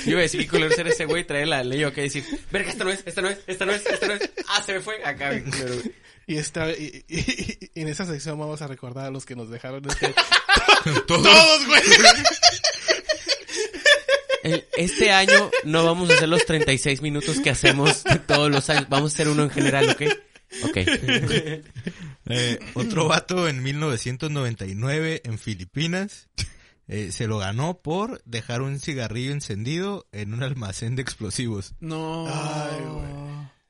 Speaker 5: Yo iba a decir, qué culero ser ese güey traer la ley. Ok, decir, verga, esta no es, esta no es, esta no es, esta no es. Ah, se me fue. Acá, bien culero, güey.
Speaker 4: Y, esta, y, y- y- y en esa sección vamos a recordar a los que nos dejaron este...
Speaker 3: (laughs) Todos.
Speaker 4: ¡Todos, güey!
Speaker 5: El- Este año no vamos a hacer los 36 minutos que hacemos todos los años. Vamos a hacer uno en general, ¿ok? Ok.
Speaker 3: (laughs) Eh, otro vato en 1999 en Filipinas eh, se lo ganó por dejar un cigarrillo encendido en un almacén de explosivos.
Speaker 1: No.
Speaker 4: Ay, güey.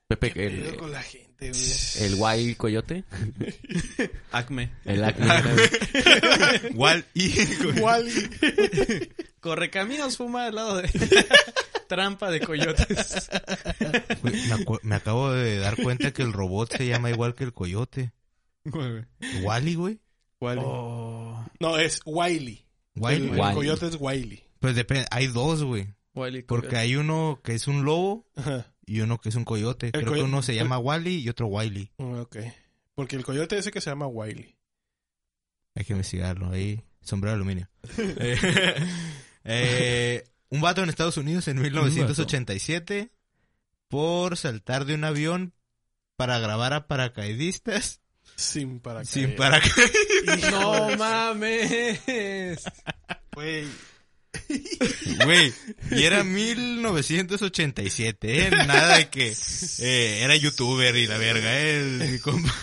Speaker 5: Pepe,
Speaker 4: Pedo
Speaker 5: el,
Speaker 4: con la gente, güey.
Speaker 5: el guay coyote.
Speaker 1: Acme.
Speaker 5: El acme.
Speaker 3: Wal y (laughs)
Speaker 4: Wally.
Speaker 1: Correcaminos fuma al lado de. (laughs) Trampa de coyotes.
Speaker 3: Güey, Me, acu- me acabo de dar cuenta que el robot se llama igual que el coyote. Wally, güey.
Speaker 1: Oh.
Speaker 4: No, es Wiley.
Speaker 3: Wally.
Speaker 4: El, el
Speaker 5: Wiley.
Speaker 4: coyote es Wiley.
Speaker 3: Pues depende, hay dos, güey.
Speaker 1: Wally
Speaker 3: Porque hay uno que es un lobo
Speaker 4: Ajá.
Speaker 3: y uno que es un coyote. Creo
Speaker 4: coyo-
Speaker 3: que uno se llama Wally y otro Wiley.
Speaker 4: Ah, Ok. Porque el coyote ese que se llama Wiley.
Speaker 3: Hay que investigarlo ahí. Sombrero de aluminio. (laughs) Eh, eh, un vato en Estados Unidos en 1987 por saltar de un avión para grabar a paracaidistas
Speaker 4: Sin para
Speaker 3: sin paracaidistas.
Speaker 1: Coyotes. No mames.
Speaker 3: (laughs) Güey, y era 1987, ¿eh? Nada de que eh, era youtuber y la verga, ¿eh? Mi compa.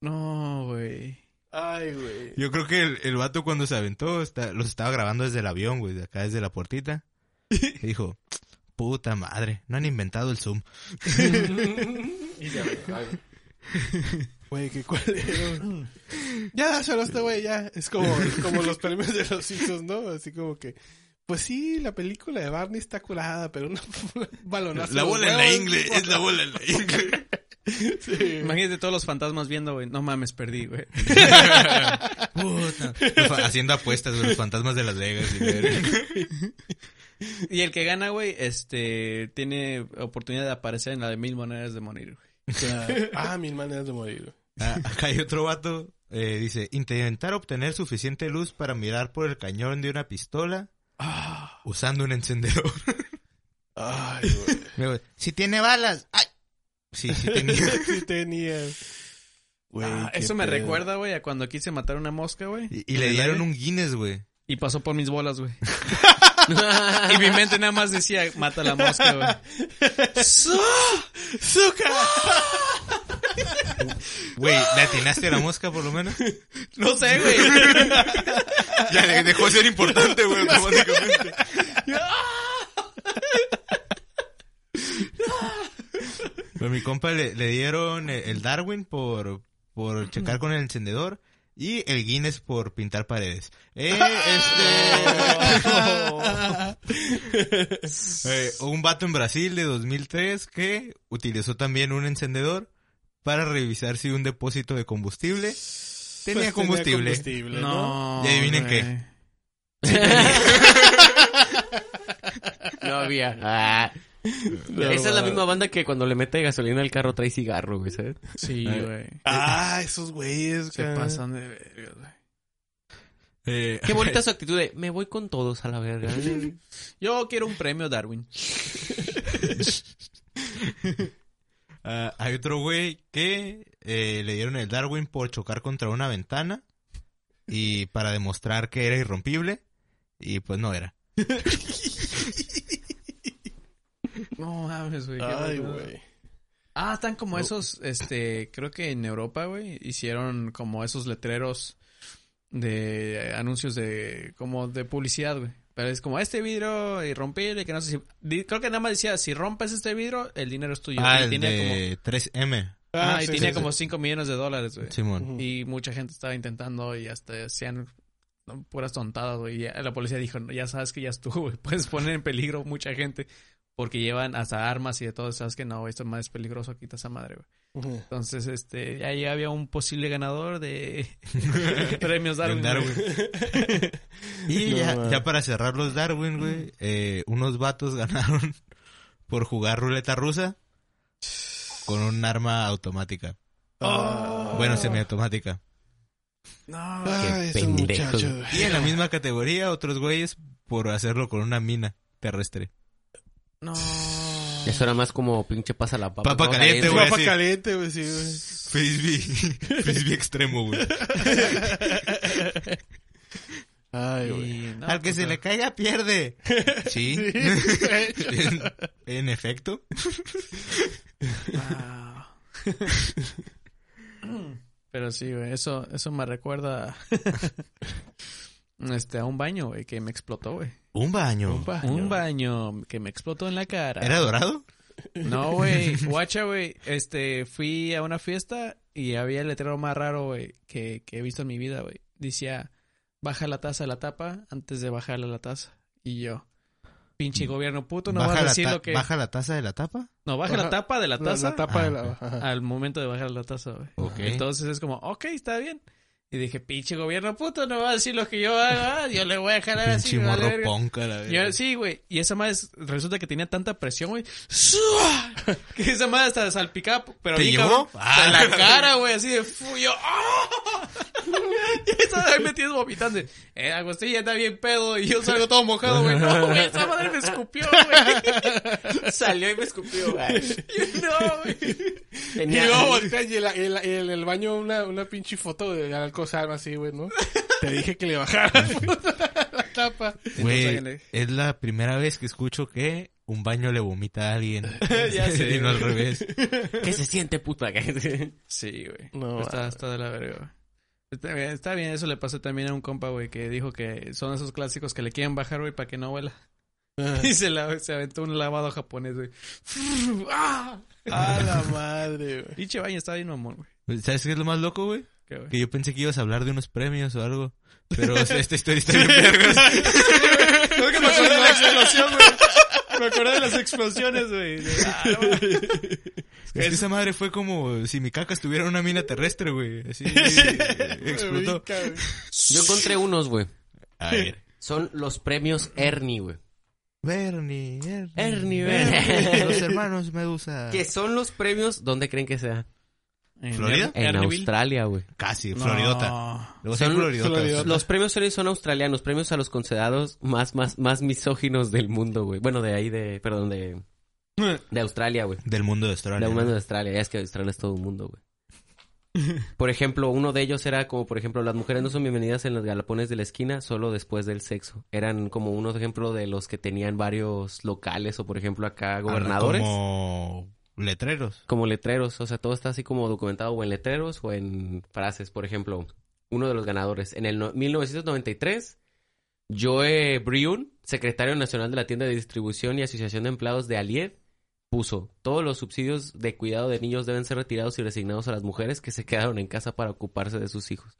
Speaker 1: No, güey.
Speaker 4: Ay, güey.
Speaker 3: Yo creo que el, el vato cuando se aventó está- los estaba grabando desde el avión, güey, de acá desde la puertita. Y dijo, puta madre, no han inventado el Zoom.
Speaker 4: Güey, qué culero. ya dáselo a este güey, ya. Es como, como los premios de los hijos, ¿no? Así como que. Pues sí, la película de Barney está curada, (laughs) pero una una balonazo.
Speaker 3: La
Speaker 4: en los
Speaker 3: bola en la
Speaker 4: huevos,
Speaker 3: ingle, es la bola en la ingle.
Speaker 4: Sí.
Speaker 1: Imagínate todos los fantasmas viendo, güey. No mames, perdí,
Speaker 3: (laughs)
Speaker 1: güey.
Speaker 3: Puta. Los fa- Haciendo apuestas, güey, los fantasmas de Las Vegas. y la verga.
Speaker 1: Y el que gana, güey, este, tiene oportunidad de aparecer en la de mil maneras de morir, güey.
Speaker 4: Claro. Ah, mil maneras de morir. güey.
Speaker 3: Ah, (laughs) acá hay otro vato, eh, dice, intentar obtener suficiente luz para mirar por el cañón de una pistola usando un encendedor. (laughs)
Speaker 4: Ay, güey.
Speaker 3: Luego, Si tiene balas. ¡Ay! Sí, sí tenía.
Speaker 4: (laughs)
Speaker 3: (laughs)
Speaker 4: Sí tenías. Güey,
Speaker 1: Ah,
Speaker 4: qué
Speaker 1: eso me
Speaker 4: pedo.
Speaker 1: recuerda, güey, a cuando quise matar una mosca, güey.
Speaker 3: Y, y le dieron un Guinness, güey.
Speaker 1: Y pasó por mis bolas,
Speaker 3: (laughs)
Speaker 1: güey. y mi mente nada más decía, mata la mosca, güey.
Speaker 3: Güey, ¿le atinaste a la mosca por lo menos?
Speaker 1: No sé, güey.
Speaker 3: (laughs) Ya le dejó ser importante,
Speaker 4: (laughs)
Speaker 3: güey, automáticamente. Pero mi compa le, le dieron el- el Darwin por, por checar con el encendedor y el Guinness por pintar paredes. Eh,
Speaker 4: (laughs)
Speaker 3: este... Eh, un vato en Brasil de 2003 que utilizó también un encendedor para revisar si un depósito de combustible
Speaker 4: Pues
Speaker 3: tenía combustible.
Speaker 4: combustible,
Speaker 1: No.
Speaker 4: ¿no?
Speaker 3: ¿Y adivinen qué?
Speaker 1: güey.
Speaker 5: No había. Ah,
Speaker 2: Esa es la misma banda que cuando le mete gasolina al carro trae cigarro, güey, ¿sabes?
Speaker 1: Sí, güey.
Speaker 4: Ah, esos güeyes,
Speaker 1: Se
Speaker 4: cara.
Speaker 1: pasan de verga, güey.
Speaker 3: Eh,
Speaker 2: Qué bonita su actitud de me voy con todos a la verga.
Speaker 1: Yo quiero un premio, Darwin.
Speaker 3: ah, hay otro güey que eh, le dieron el Darwin por chocar contra una ventana y para demostrar que era irrompible y pues no era.
Speaker 1: No mames, güey. qué
Speaker 4: Ay,
Speaker 1: bárbaro.
Speaker 4: güey.
Speaker 1: Ah, están como esos, este, creo que en Europa, güey, hicieron como esos letreros de eh, anuncios de, como de publicidad, güey. Pero es como este vidrio irrompible, que no sé si, di- creo que nada más decía, si rompes este vidrio, el dinero es tuyo.
Speaker 3: Ah,
Speaker 1: y
Speaker 3: el
Speaker 1: tenía como,
Speaker 3: de 3M,
Speaker 1: ah, y
Speaker 4: sí,
Speaker 1: tenía
Speaker 4: sí,
Speaker 1: como (laughs)
Speaker 4: sí.
Speaker 1: 5 millones de dólares, güey.
Speaker 3: Simón.
Speaker 1: Y mucha gente estaba intentando y hasta hacían puras tontadas, güey. Y ya- la policía dijo, "No, ya sabes que ya estuvo, (laughs) güey. Puedes poner en peligro mucha gente porque llevan hasta armas y de todo. Sabes que no, güey, esto es más peligroso, quita esa madre, güey.
Speaker 4: Ujú.
Speaker 1: Entonces, este, ahí había un posible ganador
Speaker 3: (laughs)
Speaker 1: de premios Darwin.
Speaker 3: Del Darwin.
Speaker 1: güey.
Speaker 3: Y
Speaker 4: No,
Speaker 3: ya,
Speaker 4: man.
Speaker 3: ya para cerrar los Darwin, güey, eh, unos vatos (laughs) ganaron por jugar ruleta rusa con un arma automática.
Speaker 4: Ah.
Speaker 3: Bueno, semiautomática.
Speaker 1: No, güey.
Speaker 4: Ay,
Speaker 2: Qué
Speaker 4: esos
Speaker 2: pendejos.
Speaker 4: muchachos, güey.
Speaker 3: Y en la misma categoría, otros güeyes por hacerlo con una mina terrestre.
Speaker 1: no.
Speaker 2: Eso era más como pinche pasa la papa.
Speaker 3: Papa caliente,
Speaker 4: Papa
Speaker 3: güey, así.
Speaker 4: caliente, güey, sí, güey.
Speaker 3: Frisbee. (laughs) Frisbee extremo, güey.
Speaker 4: Ay, güey.
Speaker 1: Y no,
Speaker 3: Al que
Speaker 1: pues,
Speaker 3: se le caiga, pierde. (laughs) Sí. (laughs)
Speaker 4: eh.
Speaker 3: en, en efecto.
Speaker 1: Wow. Ah. Pero sí, güey, eso, eso me recuerda (laughs) este, a un baño, güey, que me explotó, güey.
Speaker 3: Un baño.
Speaker 4: Un baño.
Speaker 1: Un baño que me explotó en la cara.
Speaker 3: ¿Era dorado? (laughs)
Speaker 1: No, güey, guacha, güey, este, fui a una fiesta y había el letrero más raro, güey, que, que he visto en mi vida, güey. Decía, baja la taza a la tapa antes de bajarle la taza. Y yo, pinche gobierno puto, no vas a
Speaker 3: la
Speaker 1: decir
Speaker 3: ta-
Speaker 1: lo que...
Speaker 3: Mm. baja la taza de la tapa.
Speaker 1: No, baja,
Speaker 4: baja
Speaker 1: la tapa de la
Speaker 4: (laughs) La,
Speaker 1: taza
Speaker 4: la tapa
Speaker 3: Ah,
Speaker 4: de la... ajá.
Speaker 1: al momento de bajar la taza, güey.
Speaker 3: Ok.
Speaker 1: Entonces es como, ok, está bien. Y dije, pinche gobierno puto, no va a decir lo que yo haga, yo le voy a jalar así.
Speaker 3: Pinche
Speaker 1: me vale
Speaker 3: morro
Speaker 1: verga".
Speaker 3: ponca, la
Speaker 1: Y yo,
Speaker 3: verdad.
Speaker 1: sí, güey. Y esa madre resulta que tenía tanta presión, güey. ¡Sua! (laughs) Que esa madre hasta salpicaba, pero
Speaker 3: ¿Te
Speaker 1: bien
Speaker 3: llevó?
Speaker 1: cabrón,
Speaker 3: Ah.
Speaker 1: hasta la cara, güey, así de fuyo. (laughs) ¡Ah! Y estaba ahí metido vomitando. Eh, Agustín ya está bien pedo y yo salgo todo mojado, güey. No, güey, esa madre me escupió, güey. (laughs)
Speaker 5: Salió y me escupió.
Speaker 1: Y yo, No, güey.
Speaker 4: Y
Speaker 5: Tenía...
Speaker 4: luego volteas y en, la- en la- en el baño una, una pinche foto de Alcozano así, güey, ¿no? Te dije que
Speaker 1: (laughs)
Speaker 4: le bajara la tapa.
Speaker 3: Güey,
Speaker 1: Entonces,
Speaker 3: es la primera vez que escucho que un baño le vomita a alguien.
Speaker 1: (laughs) Ya sé,
Speaker 3: (laughs) y no al
Speaker 1: güey.
Speaker 3: revés.
Speaker 2: ¿Qué se siente, puta? (laughs)
Speaker 1: Sí, güey.
Speaker 4: No,
Speaker 1: Pero está, está de la verga, güey. Está bien, está bien, eso le pasó también a un compa, güey, que dijo que son esos clásicos que le quieren bajar, güey, para que no vuela. (laughs) Y se, la- se aventó un lavado japonés, güey. (laughs) ¡Ah!
Speaker 4: A la madre, güey.
Speaker 1: Pinche baño, está bien mamón, güey.
Speaker 3: ¿Sabes qué es lo más loco, güey?
Speaker 1: Qué (laughs) güey.
Speaker 3: Que yo pensé que ibas a hablar de unos premios o algo. Pero o sea, esta historia está
Speaker 1: (laughs)
Speaker 3: bien vergas.
Speaker 1: Creo que me acordé de la explosión, güey. Me acordé de las explosiones, güey. Ah, no, güey.
Speaker 3: Es que esa madre fue como si mi caca estuviera en una mina terrestre, güey.
Speaker 1: (laughs)
Speaker 3: Así explotó.
Speaker 4: Brinca, güey.
Speaker 2: Yo encontré unos, güey.
Speaker 3: A ver.
Speaker 2: Son los premios Ernie, güey.
Speaker 3: Bernie,
Speaker 2: Ernie, Bernie.
Speaker 3: Los hermanos Medusa.
Speaker 2: Que son los premios, ¿dónde creen que sea?
Speaker 3: ¿Florida?
Speaker 2: En
Speaker 1: Erneville.
Speaker 2: Australia, güey.
Speaker 3: Casi,
Speaker 1: No.
Speaker 3: Floridota. Luego son
Speaker 2: Son
Speaker 3: Floridotas.
Speaker 4: Floridotas.
Speaker 2: Los premios Ernie son australianos, premios a los considerados más, más, más misóginos del mundo, güey. Bueno, de ahí de, perdón, de, de Australia, güey.
Speaker 3: Del mundo de Australia.
Speaker 2: La
Speaker 3: ¿no?
Speaker 2: humana de Australia, ya es que Australia es todo un mundo, (laughs) güey. Por ejemplo, uno de ellos era como, por ejemplo, las mujeres no son bienvenidas en los galapones de la esquina solo después del sexo. Eran como unos ejemplos de los que tenían varios locales o, por ejemplo, acá gobernadores. Como...
Speaker 3: Como letreros.
Speaker 2: letreros, o sea, todo está así como documentado o en letreros o en frases. Por ejemplo, uno de los ganadores. En el no- 1993, Joe Briun, secretario nacional de la tienda de distribución y asociación de empleados de Alied, puso, todos los subsidios de cuidado de niños deben ser retirados y resignados a las mujeres que se quedaron en casa para ocuparse de sus hijos.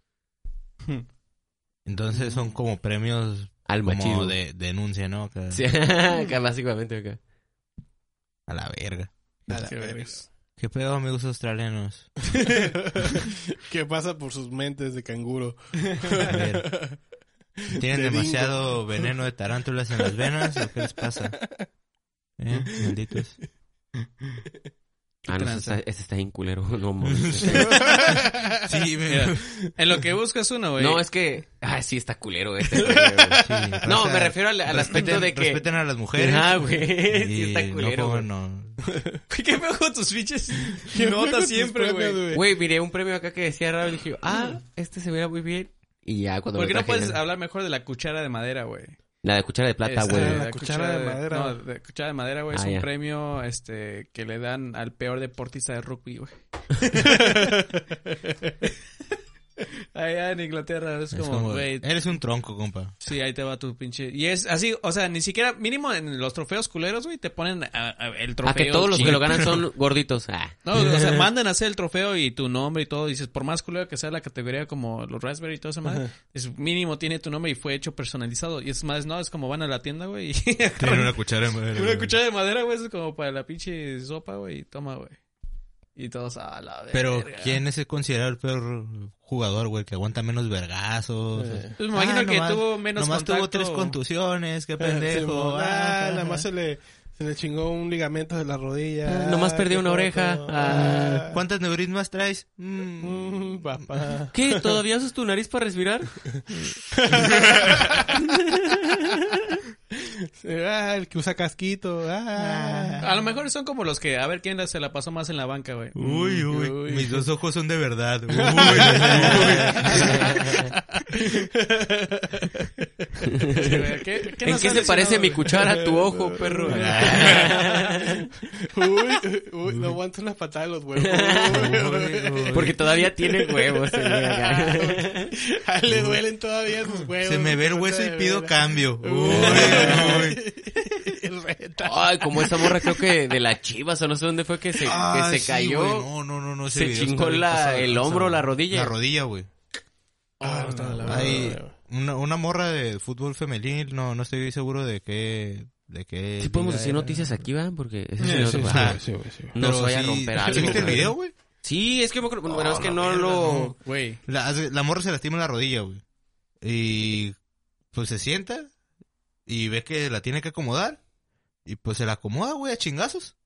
Speaker 3: Entonces son como premios
Speaker 2: Al machismo.
Speaker 3: como de denuncia, ¿no?
Speaker 2: (laughs)
Speaker 3: Acá,
Speaker 2: Sí, acá básicamente acá.
Speaker 3: A la verga.
Speaker 1: Qué verga.
Speaker 3: ¿Qué pedo, amigos australianos?
Speaker 4: (laughs) ¿Qué pasa por sus mentes de canguro?
Speaker 3: A ver. Tienen
Speaker 4: De
Speaker 3: demasiado veneno de tarántulas en las venas, ¿o qué les pasa?
Speaker 2: Eh, maldito es. Ah, no,
Speaker 1: tranza.
Speaker 2: ese está, ese está bien culero. (laughs) No, mames.
Speaker 3: Sí, me-
Speaker 1: Mira, en lo que buscas uno, güey.
Speaker 5: No, es que. Ah, sí, está culero este.
Speaker 3: (laughs) sí,
Speaker 5: No,
Speaker 3: o sea,
Speaker 5: me refiero al, al aspecto
Speaker 3: respeten-
Speaker 5: de que.
Speaker 3: Respeten a las mujeres.
Speaker 5: Ah, güey. Sí,
Speaker 3: y
Speaker 5: está culero.
Speaker 3: No,
Speaker 5: güey.
Speaker 3: pongan- no.
Speaker 1: (laughs) ¿Qué feo con tus fiches?
Speaker 4: ¿Qué fue
Speaker 1: Notas
Speaker 4: con
Speaker 1: siempre,
Speaker 4: tus premios,
Speaker 1: güey.
Speaker 5: Güey, miré un premio acá que decía raro y dije, ah, este se veía muy bien. Y ya cuando
Speaker 1: ¿Por qué
Speaker 5: lo
Speaker 1: no
Speaker 5: traje,
Speaker 1: puedes
Speaker 5: ya-
Speaker 1: hablar mejor de la cuchara de madera, güey?
Speaker 2: La de cuchara de plata,
Speaker 1: Es-
Speaker 2: güey.
Speaker 4: ah,
Speaker 1: la
Speaker 4: la cuchara de madera.
Speaker 1: No, la cuchara de madera, güey, es
Speaker 2: Ah,
Speaker 1: un
Speaker 2: ya.
Speaker 1: premio este, que le dan al peor deportista de rugby,
Speaker 2: (laughs)
Speaker 1: güey. Allá en Inglaterra es
Speaker 3: Es
Speaker 1: como,
Speaker 3: como,
Speaker 2: eh.
Speaker 1: güey,
Speaker 3: eres un
Speaker 1: (laughs)
Speaker 3: tronco, compa.
Speaker 1: Sí, ahí te va tu pinche. Y es así, o sea, ni siquiera, mínimo en los trofeos culeros, güey, te ponen a- a- el trofeo.
Speaker 2: Ah, que todos los que
Speaker 1: chido.
Speaker 2: lo ganan son gorditos. Ah.
Speaker 1: No, o sea, mandan a hacer el trofeo y tu nombre y todo. Dices, por más culero que sea la categoría como los Raspberry y todo eso, madre, es mínimo tiene tu nombre y fue hecho personalizado. Y es más, no, es como van a la tienda, güey, y (laughs)
Speaker 3: Tiene una cuchara de (laughs) madera.
Speaker 1: una
Speaker 3: güey.
Speaker 1: cuchara de madera, güey, es como para la pinche sopa, güey, y toma, güey. Y todos a la verga.
Speaker 3: Pero, ¿quién es el considerado el peor jugador, güey? Que aguanta menos vergazos. Ah,
Speaker 1: Pues me imagino que tuvo menos
Speaker 3: Nomás tuvo
Speaker 1: contacto.
Speaker 3: tres contusiones, qué pendejo.
Speaker 4: Pendejo. Ah, Eh, nada más se le, se le chingó un ligamento de la rodilla.
Speaker 2: Ah, nomás
Speaker 4: Ah,
Speaker 2: perdió
Speaker 4: qué
Speaker 2: una
Speaker 4: joto.
Speaker 2: oreja. Ah.
Speaker 4: ¿Cuán-
Speaker 3: ¿Cuántas neurismas traes? Mm,
Speaker 4: Mm, (laughs) papá.
Speaker 2: ¿Qué? ¿Todavía usas tu nariz para respirar?
Speaker 4: Ah, el que usa casquito. Ah.
Speaker 1: A lo mejor son como los que, a ver quién se la pasó más en la banca, güey.
Speaker 3: Uy, uy,
Speaker 1: Uy.
Speaker 3: Mis dos ojos son de verdad. Uy, uy.
Speaker 1: Sí, güey, ¿qué- qué
Speaker 2: ¿En
Speaker 1: nos
Speaker 2: qué
Speaker 1: han
Speaker 2: se parece
Speaker 1: lesionado,
Speaker 2: mi
Speaker 1: güey?
Speaker 2: cuchara a tu
Speaker 3: (laughs)
Speaker 2: ojo, perro?
Speaker 4: Uy, uy, no aguanto una patada de los huevos. (laughs)
Speaker 2: Porque todavía tiene huevos. el güey acá.
Speaker 4: A él Ah, le duelen todavía sus huevos.
Speaker 3: Se me ve el hueso y pido cambio. Uy, uy.
Speaker 4: (laughs) El reta.
Speaker 2: Ay, como esa morra creo que de la chivas o no sé dónde fue que se,
Speaker 3: Ah,
Speaker 2: que se
Speaker 3: sí,
Speaker 2: cayó.
Speaker 3: güey, no, no, no, no. ese
Speaker 2: Se
Speaker 3: video
Speaker 2: chingó
Speaker 3: está bien
Speaker 2: la-
Speaker 3: pasado de
Speaker 2: el
Speaker 3: lanza,
Speaker 2: hombro,
Speaker 3: güey.
Speaker 2: la rodilla.
Speaker 3: La rodilla, güey.
Speaker 4: Ah, está de la verga.
Speaker 3: Hay una, una morra de fútbol femenil, no, no estoy seguro de qué... De qué
Speaker 2: Sí podemos
Speaker 3: liga
Speaker 2: decir
Speaker 3: era.
Speaker 2: noticias aquí, ¿va? Porque ese
Speaker 4: Sí,
Speaker 2: señor
Speaker 4: sí,
Speaker 2: va.
Speaker 4: sí, sí, güey, sí, güey.
Speaker 2: no
Speaker 3: Pero
Speaker 2: se vaya a
Speaker 3: sí-
Speaker 2: romper
Speaker 3: ¿Sí
Speaker 2: algo.
Speaker 3: viste el
Speaker 2: güey.
Speaker 3: video, güey?
Speaker 2: Sí, es que me acuerdo- bueno, es que
Speaker 3: la
Speaker 2: no
Speaker 3: verga,
Speaker 2: lo...
Speaker 1: Güey.
Speaker 3: La, hace- la morra se lastima la rodilla, güey. Y pues se sienta y ve que la tiene que acomodar. Y pues se la acomoda, güey, a chingazos.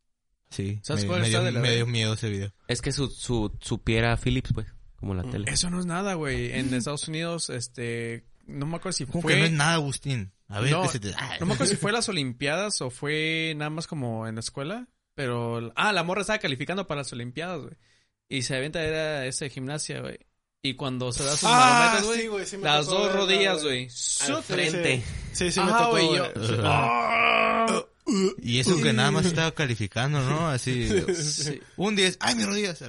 Speaker 3: Sí.
Speaker 1: ¿Sabes
Speaker 3: me,
Speaker 1: cuál
Speaker 3: me
Speaker 1: está
Speaker 3: dio,
Speaker 1: de la
Speaker 3: me
Speaker 1: verga?
Speaker 3: dio miedo ese video.
Speaker 2: Es que su, su, su piel era Philips, pues, como la tele.
Speaker 1: Eso no es nada, güey. En Estados Unidos, este, no me acuerdo si
Speaker 3: Como
Speaker 1: fue,
Speaker 3: que no es
Speaker 1: no,
Speaker 3: nada, Agustín. A ver,
Speaker 1: No,
Speaker 3: que se te... ah,
Speaker 1: me acuerdo si fue las Olimpiadas o fue nada más como en la escuela, pero ah, la morra estaba calificando para las Olimpiadas, güey. Y se avienta era ese gimnasia, güey. Y cuando se da sus
Speaker 4: Ah,
Speaker 1: marometas, güey,
Speaker 4: sí, güey, sí me
Speaker 1: las
Speaker 4: tocó
Speaker 1: dos
Speaker 4: verla,
Speaker 1: rodillas,
Speaker 4: güey.
Speaker 1: güey, su
Speaker 4: frente.
Speaker 1: frente.
Speaker 4: Sí, sí, me
Speaker 1: Ah,
Speaker 4: tocó.
Speaker 1: güey, yo-
Speaker 4: güey. (laughs)
Speaker 1: Ah.
Speaker 3: Y eso que nada más estaba calificando, ¿no? (laughs) Así.
Speaker 1: Sí.
Speaker 3: Un 10. ¡Ay, mis rodillas!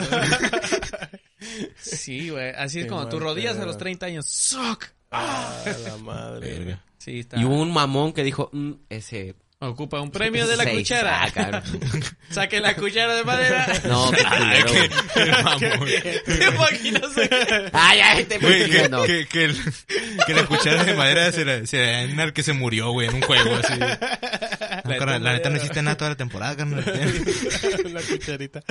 Speaker 1: Sí, güey. Así es
Speaker 4: Qué
Speaker 1: como tus
Speaker 4: mal
Speaker 1: rodillas a
Speaker 4: pedo.
Speaker 1: los 30 años. ¡Suck!
Speaker 4: Ah,
Speaker 3: (laughs)
Speaker 4: la
Speaker 3: (laughs)
Speaker 4: madre.
Speaker 3: Verga.
Speaker 1: Sí, está.
Speaker 2: Y hubo un mamón que dijo, "Mm, ese...
Speaker 1: Ocupa un premio de la
Speaker 2: seis".
Speaker 1: cuchara.
Speaker 2: Ah, cabrón.
Speaker 1: (laughs) Saque la cuchara de madera.
Speaker 2: No, qué culero, güey.
Speaker 3: Vamos.
Speaker 1: (laughs) ¿Te imaginas? (laughs)
Speaker 2: Ay, ay, te
Speaker 3: Güey, que,
Speaker 2: no.
Speaker 3: que, que, el- que la cuchara de madera se la, se la- en el que se murió, güey, en un juego así. No, carnal, la neta no hiciste nada toda la temporada, carnal. (laughs)
Speaker 4: Una cucharita.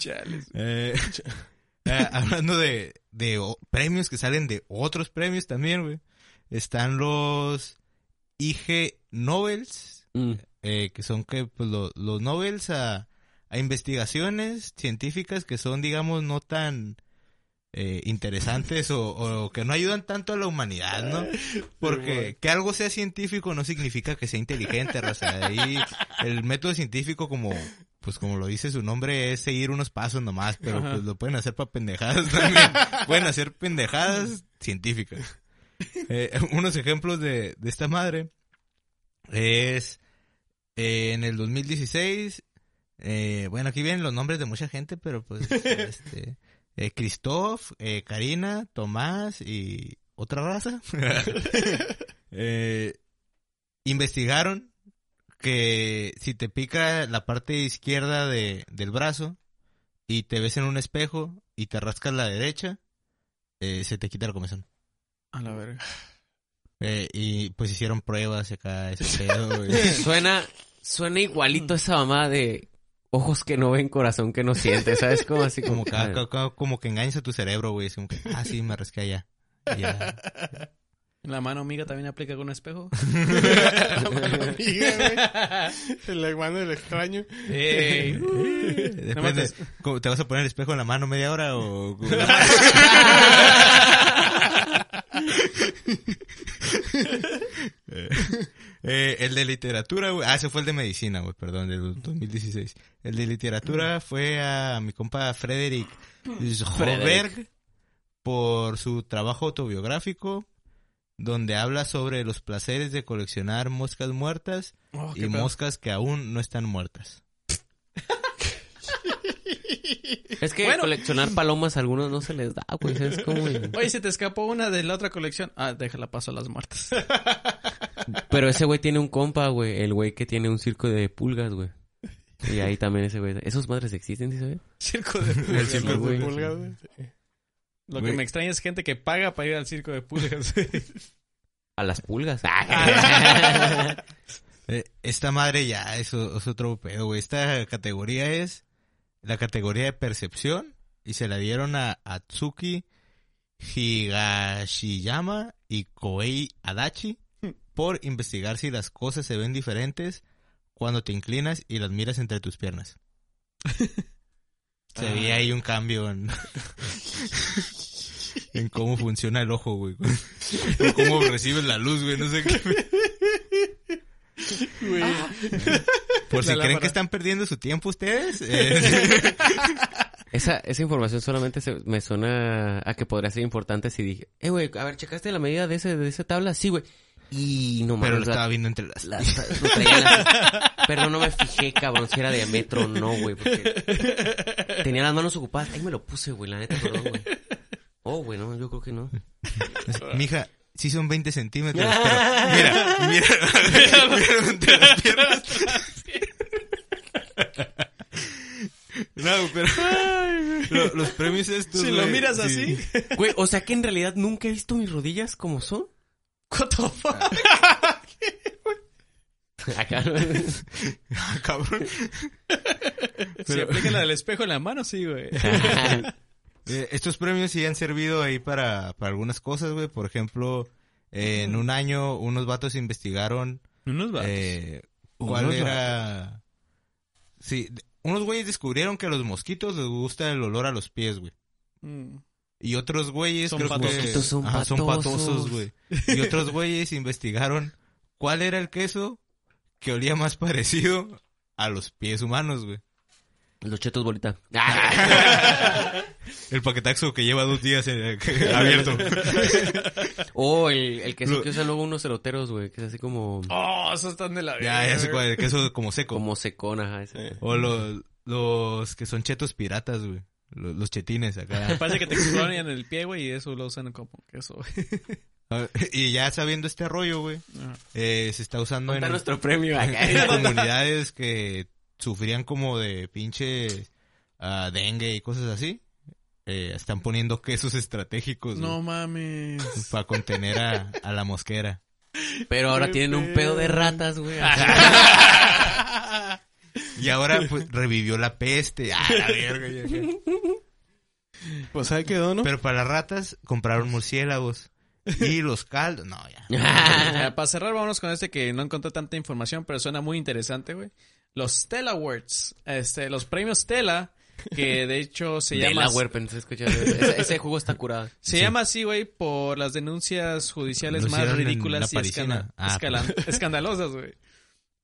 Speaker 1: Chales.
Speaker 3: Eh, (laughs) eh, hablando de, de o- premios que salen de otros premios también, güey. Están los IG Nobels,
Speaker 2: Mm.
Speaker 3: eh, que son que pues, lo- los Nobels a, a investigaciones científicas que son, digamos, no tan eh, interesantes o, o que no ayudan tanto a la humanidad, ¿no? Porque que algo sea científico no significa que sea inteligente, raza. Ahí el método científico como... Pues como lo dice su nombre es seguir unos pasos nomás, pero
Speaker 1: Ajá.
Speaker 3: pues lo pueden hacer para pendejadas (laughs) también. pueden hacer pendejadas científicas. Eh, unos ejemplos de, de esta madre es eh, en el 2016, eh, bueno, aquí vienen los nombres de mucha gente, pero pues, este, eh, Christoph, eh, Karina, Tomás y otra raza. (laughs) Eh, investigaron que si te pica la parte izquierda de, del brazo y te ves en un espejo y te rascas la derecha, eh, se te quita la comezón.
Speaker 1: A la
Speaker 4: (laughs)
Speaker 1: verga.
Speaker 3: Eh, y pues hicieron pruebas y acá, ese pedo, güey.
Speaker 2: Suena, suena igualito esa mamá de ojos que no ven, corazón que no siente, ¿sabes? Como así
Speaker 3: como,
Speaker 2: como...
Speaker 3: que,
Speaker 2: ah,
Speaker 3: ca- ca- como que engañas a tu cerebro, güey. Es como que, ah, sí, me rasqué allá. Y ya.
Speaker 1: La mano amiga también aplica con un espejo.
Speaker 4: amiga, güey. El hermano del extraño.
Speaker 1: Ey.
Speaker 3: Eh,
Speaker 1: No
Speaker 3: (laughs) Depende.
Speaker 1: mames.
Speaker 3: ¿Cómo ¿Te vas a poner el espejo en la mano media hora o...?
Speaker 1: (laughs)
Speaker 3: Eh, (laughs) eh, el de literatura, güey. Ah, ese fue el de medicina, güey, perdón, del 2016. El de
Speaker 1: Mm.
Speaker 3: literatura fue a mi compa Frederick Hoberg por su trabajo autobiográfico, donde habla sobre los placeres de coleccionar moscas muertas
Speaker 1: Oh,
Speaker 3: y
Speaker 1: qué pedo.
Speaker 3: moscas que aún no están muertas.
Speaker 2: Es que
Speaker 1: Bueno.
Speaker 2: coleccionar palomas a algunos no se les da, güey. Es como...
Speaker 1: Oye, se te escapó una de la otra colección. Ah, déjala paso a las
Speaker 3: (laughs)
Speaker 1: muertas.
Speaker 2: Pero ese güey tiene un compa, güey. El güey que tiene un circo de pulgas, güey. Y ahí también ese güey. ¿Esos madres existen, sí sabes?
Speaker 1: Circo de pulgas.
Speaker 2: circo
Speaker 1: ¿no?
Speaker 2: de güey.
Speaker 4: Pulgas, güey.
Speaker 1: Lo
Speaker 3: Güey.
Speaker 1: que me extraña es gente que paga para ir al circo de pulgas.
Speaker 3: (laughs)
Speaker 2: A las pulgas. Ah.
Speaker 3: Eh, Esta madre ya es, o- es otro pedo, güey. Esta categoría es la categoría de percepción y se la dieron a Atsuki Higashiyama y Koei Adachi por investigar si las cosas se ven diferentes cuando te inclinas y las miras entre tus piernas. se veía ahí un cambio en, en cómo funciona el ojo, güey. (laughs) O cómo recibes la luz, güey. No sé qué.
Speaker 4: Güey.
Speaker 3: Por si
Speaker 1: La
Speaker 3: creen
Speaker 1: lámpara.
Speaker 3: que están perdiendo su tiempo ustedes. (laughs) eh,
Speaker 2: (laughs) Esa, esa información solamente se- me suena a que podría ser importante si dije, eh, güey, a ver, ¿checaste la medida de ese de esa tabla? Sí, güey. Y no
Speaker 3: pero lo
Speaker 2: mames, la-
Speaker 3: estaba viendo entre las...
Speaker 2: la- lo traía en la- (laughs) Pero no me fijé, cabrón, si era de metro o no, güey. Porque tenía las manos ocupadas. Ahí me lo puse, güey, la neta, perdón, güey. Oh, güey, no, yo creo que no.
Speaker 3: Mija, sí son 20 centímetros, pero... Mira,
Speaker 1: (laughs)
Speaker 3: mira, mira, entre las piernas. No, pero (laughs) lo- los premios estos,
Speaker 1: si lo
Speaker 3: güey,
Speaker 1: miras
Speaker 3: sí.
Speaker 1: así,
Speaker 2: Güey, o sea que en realidad nunca he visto mis rodillas como (laughs) son.
Speaker 1: what the fuck?
Speaker 2: (laughs) Acá.
Speaker 3: (laughs) Ah, cabrón.
Speaker 1: Si aplica la del espejo en la mano, sí, güey.
Speaker 3: Eh, estos premios sí han servido ahí para, para algunas cosas, güey. Por ejemplo, eh, en un año unos vatos investigaron
Speaker 1: Unos vatos.
Speaker 3: Eh, ¿Cuál
Speaker 2: Unos
Speaker 3: era? Sí, de- unos güeyes descubrieron que a los mosquitos les gusta el olor a los pies, güey.
Speaker 1: Mm.
Speaker 3: Y otros güeyes
Speaker 1: Son
Speaker 3: creo que-
Speaker 1: patosos.
Speaker 2: Mosquitos son
Speaker 3: Ajá, son patosos,
Speaker 2: patosos.
Speaker 3: güey. Y otros güeyes investigaron cuál era el queso que olía más (laughs) parecido a los pies humanos, güey.
Speaker 2: Los chetos (laughs) bolita.
Speaker 3: El paquetaxo que lleva dos días en- (laughs) abierto.
Speaker 2: Oh, el, el queso
Speaker 3: Lo-
Speaker 2: que usan luego unos celoteros, güey, que es así como,
Speaker 1: Oh, esos están de la
Speaker 3: ya, ya sé
Speaker 1: verga.
Speaker 3: cuál, el queso como seco.
Speaker 2: como secón, ajá. ese.
Speaker 3: O los, los que son chetos piratas, güey. Los, los chetines acá.
Speaker 1: Parece que te exploran en el pie, güey, y eso lo usan como queso. güey.
Speaker 3: Ah, Y ya sabiendo este rollo, güey,
Speaker 1: Ajá.
Speaker 3: eh, se está usando en,
Speaker 2: Está nuestro premio acá.
Speaker 3: en comunidades que sufrían como de pinche ah, dengue y cosas así. Eh, están poniendo quesos estratégicos
Speaker 1: No mames.
Speaker 3: para contener a, a la mosquera.
Speaker 2: Pero ahora
Speaker 4: Qué
Speaker 2: tienen un pedo de ratas, güey.
Speaker 1: (laughs)
Speaker 3: Y ahora pues revivió la peste. Ah, la verga, ya que-
Speaker 4: Pues ahí quedó, ¿no?
Speaker 3: Pero para las ratas compraron murciélagos. Y los caldos. No, ya.
Speaker 2: (laughs)
Speaker 1: Ya, Ah, para cerrar, vámonos con este que no encontré tanta información, pero suena muy interesante, güey. Los Stella Awards. Este, los premios Stella, que de hecho
Speaker 2: (laughs)
Speaker 1: se llama...
Speaker 2: Delaware, pensé escuchar. Ese, ese juego está curado.
Speaker 1: Se llama así, güey, por las denuncias judiciales
Speaker 3: Lo
Speaker 1: más
Speaker 3: hicieron en
Speaker 1: ridículas y
Speaker 3: La Parisina.
Speaker 1: escanda-
Speaker 3: Ah,
Speaker 1: escala- escandalosas, güey.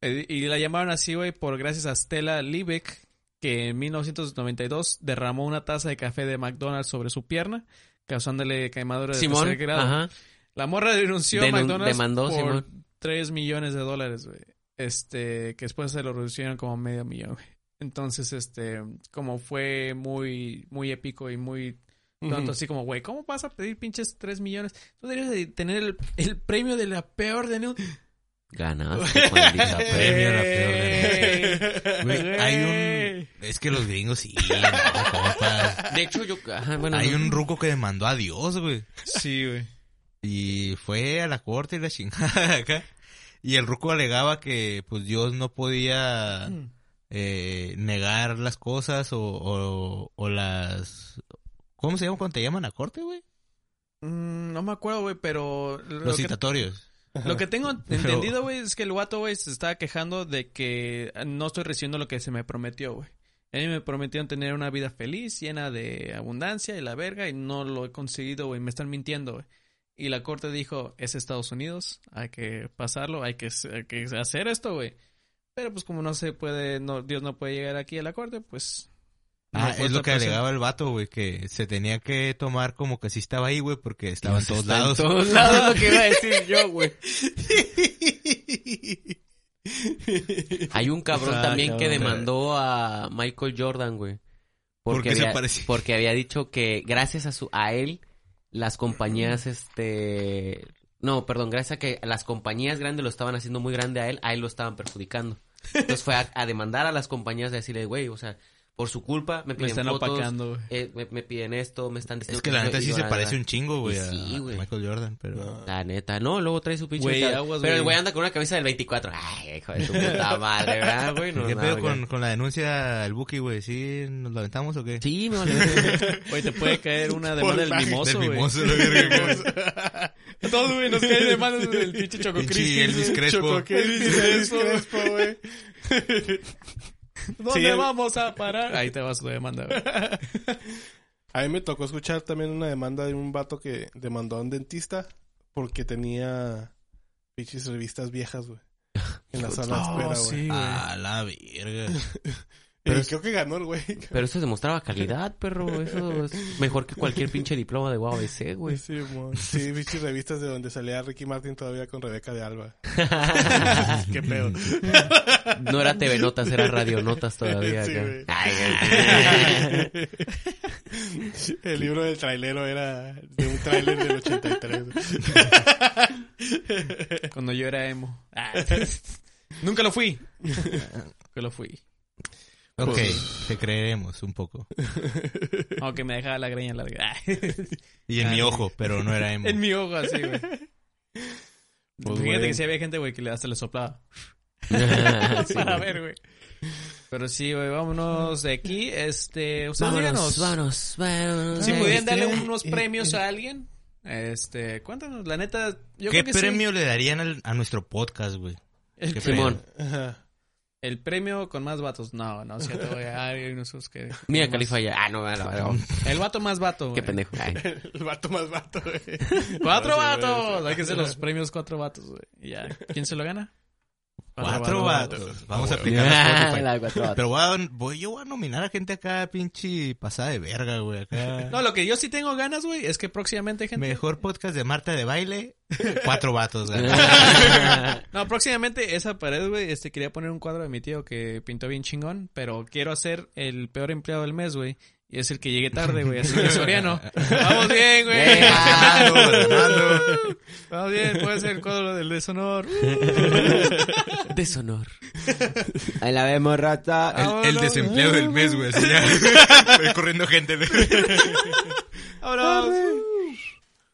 Speaker 1: Eh, Y la llamaron así, güey, por gracias a Stella Liebeck, que en 1992 derramó una taza de café de McDonald's sobre su pierna, causándole quemadura de
Speaker 2: Simón,
Speaker 1: tercer grado.
Speaker 2: ajá.
Speaker 1: La morra denunció a
Speaker 2: Denun-
Speaker 1: McDonald's
Speaker 2: demandó,
Speaker 1: por
Speaker 2: Simón.
Speaker 1: 3 millones de dólares, güey. Este, que después se lo reducieron como medio millón, güey. Entonces, este, como fue muy, muy épico y muy tonto,
Speaker 4: Ujú.
Speaker 1: así como, güey, ¿cómo vas a pedir pinches 3 millones? Tú deberías de tener el, el premio de la peor denuncia.
Speaker 2: Ganaste, maldita
Speaker 3: Premio
Speaker 1: Eh.
Speaker 2: premio.
Speaker 3: a la peor
Speaker 1: denuncia.
Speaker 3: Güey, hay un... Es que los gringos sí. no, compas.
Speaker 2: De hecho, yo... Ajá, bueno.
Speaker 3: Hay
Speaker 2: no.
Speaker 3: un ruco que demandó a Dios, güey.
Speaker 1: Sí, güey.
Speaker 3: Y fue a la corte y la chingada (laughs) acá. Y el ruco alegaba que pues Dios no podía
Speaker 1: Mm.
Speaker 3: eh, negar las cosas o, o, o las... ¿Cómo se llama cuando te llaman a corte, güey?
Speaker 1: Mm, no me acuerdo, güey, pero... lo
Speaker 3: Los
Speaker 1: que-
Speaker 3: citatorios.
Speaker 1: Lo que tengo entendido, güey, es que el guato, güey, se estaba quejando de que no estoy recibiendo lo que se me prometió, güey. A mí me prometieron tener una vida feliz, llena de abundancia y la verga, y no lo he conseguido, güey. Me están mintiendo, güey. Y la corte dijo, es Estados Unidos, hay que pasarlo, hay que, hay que hacer esto, güey. Pero pues como no se puede, no, Dios no puede llegar aquí a la corte, pues... no
Speaker 3: Ah,
Speaker 1: fue
Speaker 3: es lo
Speaker 1: esta
Speaker 3: que
Speaker 1: persona.
Speaker 3: alegaba el vato, güey, que se tenía que tomar como que sí estaba ahí, güey, porque estaba en todos
Speaker 2: (laughs)
Speaker 3: lados.
Speaker 2: todos lados es lo que iba a decir yo,
Speaker 3: (laughs)
Speaker 2: güey. Hay un cabrón
Speaker 1: Ah,
Speaker 2: también que
Speaker 1: cabrón.
Speaker 2: demandó a Michael Jordan, güey. Porque,
Speaker 3: Porque se
Speaker 2: había,
Speaker 3: parecía.
Speaker 2: porque había dicho que gracias a su a él las compañías este no, perdón, gracias a que las compañías grandes lo estaban haciendo muy grande a él, a él lo estaban perjudicando. Entonces fue a, a demandar a las compañías de decirle, güey, o sea, por su culpa me
Speaker 1: Me
Speaker 2: piden
Speaker 1: están
Speaker 2: fotos,
Speaker 1: opacando, güey.
Speaker 2: eh, me, me piden esto, me están diciendo
Speaker 3: Es que la
Speaker 2: soy
Speaker 3: neta sí se
Speaker 2: ídolo,
Speaker 3: parece
Speaker 2: ¿verdad?
Speaker 3: un chingo, güey,
Speaker 2: Y
Speaker 3: a
Speaker 2: sí,
Speaker 3: a
Speaker 2: güey.
Speaker 3: Michael Jordan, pero...
Speaker 2: La neta, no, luego trae su pinche.
Speaker 1: Güey,
Speaker 2: mental.
Speaker 1: aguas,
Speaker 2: pero el
Speaker 1: güey.
Speaker 2: güey anda con una cabeza del 24. Ay, hijo de tu puta madre, ¿verdad, güey? No,
Speaker 3: ¿Qué
Speaker 2: no,
Speaker 3: pedo
Speaker 2: güey.
Speaker 3: con, con la denuncia al Buki, güey? ¿Sí nos la aventamos o qué?
Speaker 2: Sí, me vale verga.
Speaker 1: Güey, te puede caer una demanda del
Speaker 4: Por-
Speaker 1: mimoso,
Speaker 3: Del
Speaker 1: güey.
Speaker 3: mimoso, la
Speaker 2: (laughs)
Speaker 3: verga, güey.
Speaker 1: Todos, güey, nos caen demandas del pinche Choco
Speaker 3: Pinche
Speaker 1: Crispis,
Speaker 3: Elvis
Speaker 1: güey.
Speaker 3: Crespo.
Speaker 1: Choco Crispis, eso, güey.
Speaker 4: güey.
Speaker 1: ¿Dónde
Speaker 4: Sí.
Speaker 1: vamos a parar? Ahí te vas tu demanda, güey.
Speaker 4: A mí me tocó escuchar también una demanda de un vato que demandó a un dentista porque tenía pinches revistas viejas, güey. En la sala de espera, güey.
Speaker 3: A la verga.
Speaker 1: (laughs)
Speaker 4: Pero creo que ganó el güey.
Speaker 2: Pero eso demostraba calidad, perro. Eso es mejor que cualquier pinche diploma de UABC, güey.
Speaker 4: (laughs) Sí, mon. Sí, pinches revistas de donde salía Ricky Martin todavía con Rebeca de Alba. Qué pedo.
Speaker 2: No era TV Notas, era Radio Notas todavía.
Speaker 4: Sí,
Speaker 2: acá.
Speaker 4: güey.
Speaker 2: Ay, güey.
Speaker 4: El libro del trailero era de un trailer del 83.
Speaker 1: (laughs) Cuando yo era emo. Ah. Nunca lo fui. Nunca lo fui.
Speaker 3: Ok, te creeremos un poco.
Speaker 1: Aunque me dejaba la greña larga. Ah.
Speaker 3: Y en mi ojo, pero
Speaker 1: (laughs)
Speaker 3: no era emo.
Speaker 1: En mi ojo, así, güey.
Speaker 4: Pues,
Speaker 1: Fíjate
Speaker 4: güey.
Speaker 1: que sí había gente, güey, que le- hasta le soplaba.
Speaker 2: Sí,
Speaker 1: para
Speaker 2: güey.
Speaker 1: ver, güey. Pero sí, güey, vámonos de aquí. Este, ustedes
Speaker 2: Vámonos,
Speaker 1: díganos.
Speaker 2: vámonos, vámonos.
Speaker 1: Si pudieran
Speaker 4: este,
Speaker 1: darle unos
Speaker 4: eh,
Speaker 1: premios a alguien, este, cuéntanos, la neta, yo
Speaker 3: ¿Qué
Speaker 1: creo que sí.
Speaker 3: premio le darían al- a nuestro podcast, güey?
Speaker 1: El,
Speaker 3: ¿Qué
Speaker 1: premio-
Speaker 2: Simón,
Speaker 4: Ajá.
Speaker 1: el premio con más vatos. No, no, es cierto, güey. Hay unos que.
Speaker 2: mira Califa ya. Ah, no, no, no, no.
Speaker 1: El vato más vato.
Speaker 2: Qué
Speaker 1: güey.
Speaker 2: pendejo. Ay.
Speaker 4: (laughs) El vato más vato, güey.
Speaker 1: Cuatro
Speaker 4: Sí,
Speaker 1: vatos.
Speaker 4: güey.
Speaker 1: Hay que hacer
Speaker 3: (laughs)
Speaker 1: los premios cuatro vatos, güey. Y Ya. ¿Quién se lo gana?
Speaker 3: Cuatro vatos. Vamos a aplicar la
Speaker 2: Ah,
Speaker 3: Spotify.
Speaker 2: la cuatro (laughs) vatos.
Speaker 3: Pero voy a- voy- yo voy a nominar a gente acá, pinche pasada de verga,
Speaker 1: (laughs)
Speaker 3: güey. Acá.
Speaker 1: No, lo que yo sí tengo ganas, güey, es que próximamente, gente.
Speaker 3: Mejor podcast de Marta de baile. Cuatro vatos. güey.
Speaker 1: No, próximamente esa pared, güey, este quería poner un cuadro de mi tío que pintó bien chingón, pero quiero hacer el peor empleado del mes, güey. Y es el que llegue tarde, güey. Así que
Speaker 3: (laughs)
Speaker 1: Soriano. Vamos bien, güey.
Speaker 2: Venga.
Speaker 3: Ganando, ganando.
Speaker 1: Vamos bien, puede ser el cuadro del
Speaker 3: (laughs)
Speaker 1: deshonor.
Speaker 2: Deshonor. Ahí la vemos, rata.
Speaker 3: El, el desempleo del mes, güey. así ya. Voy corriendo gente. güey.
Speaker 1: Vámonos.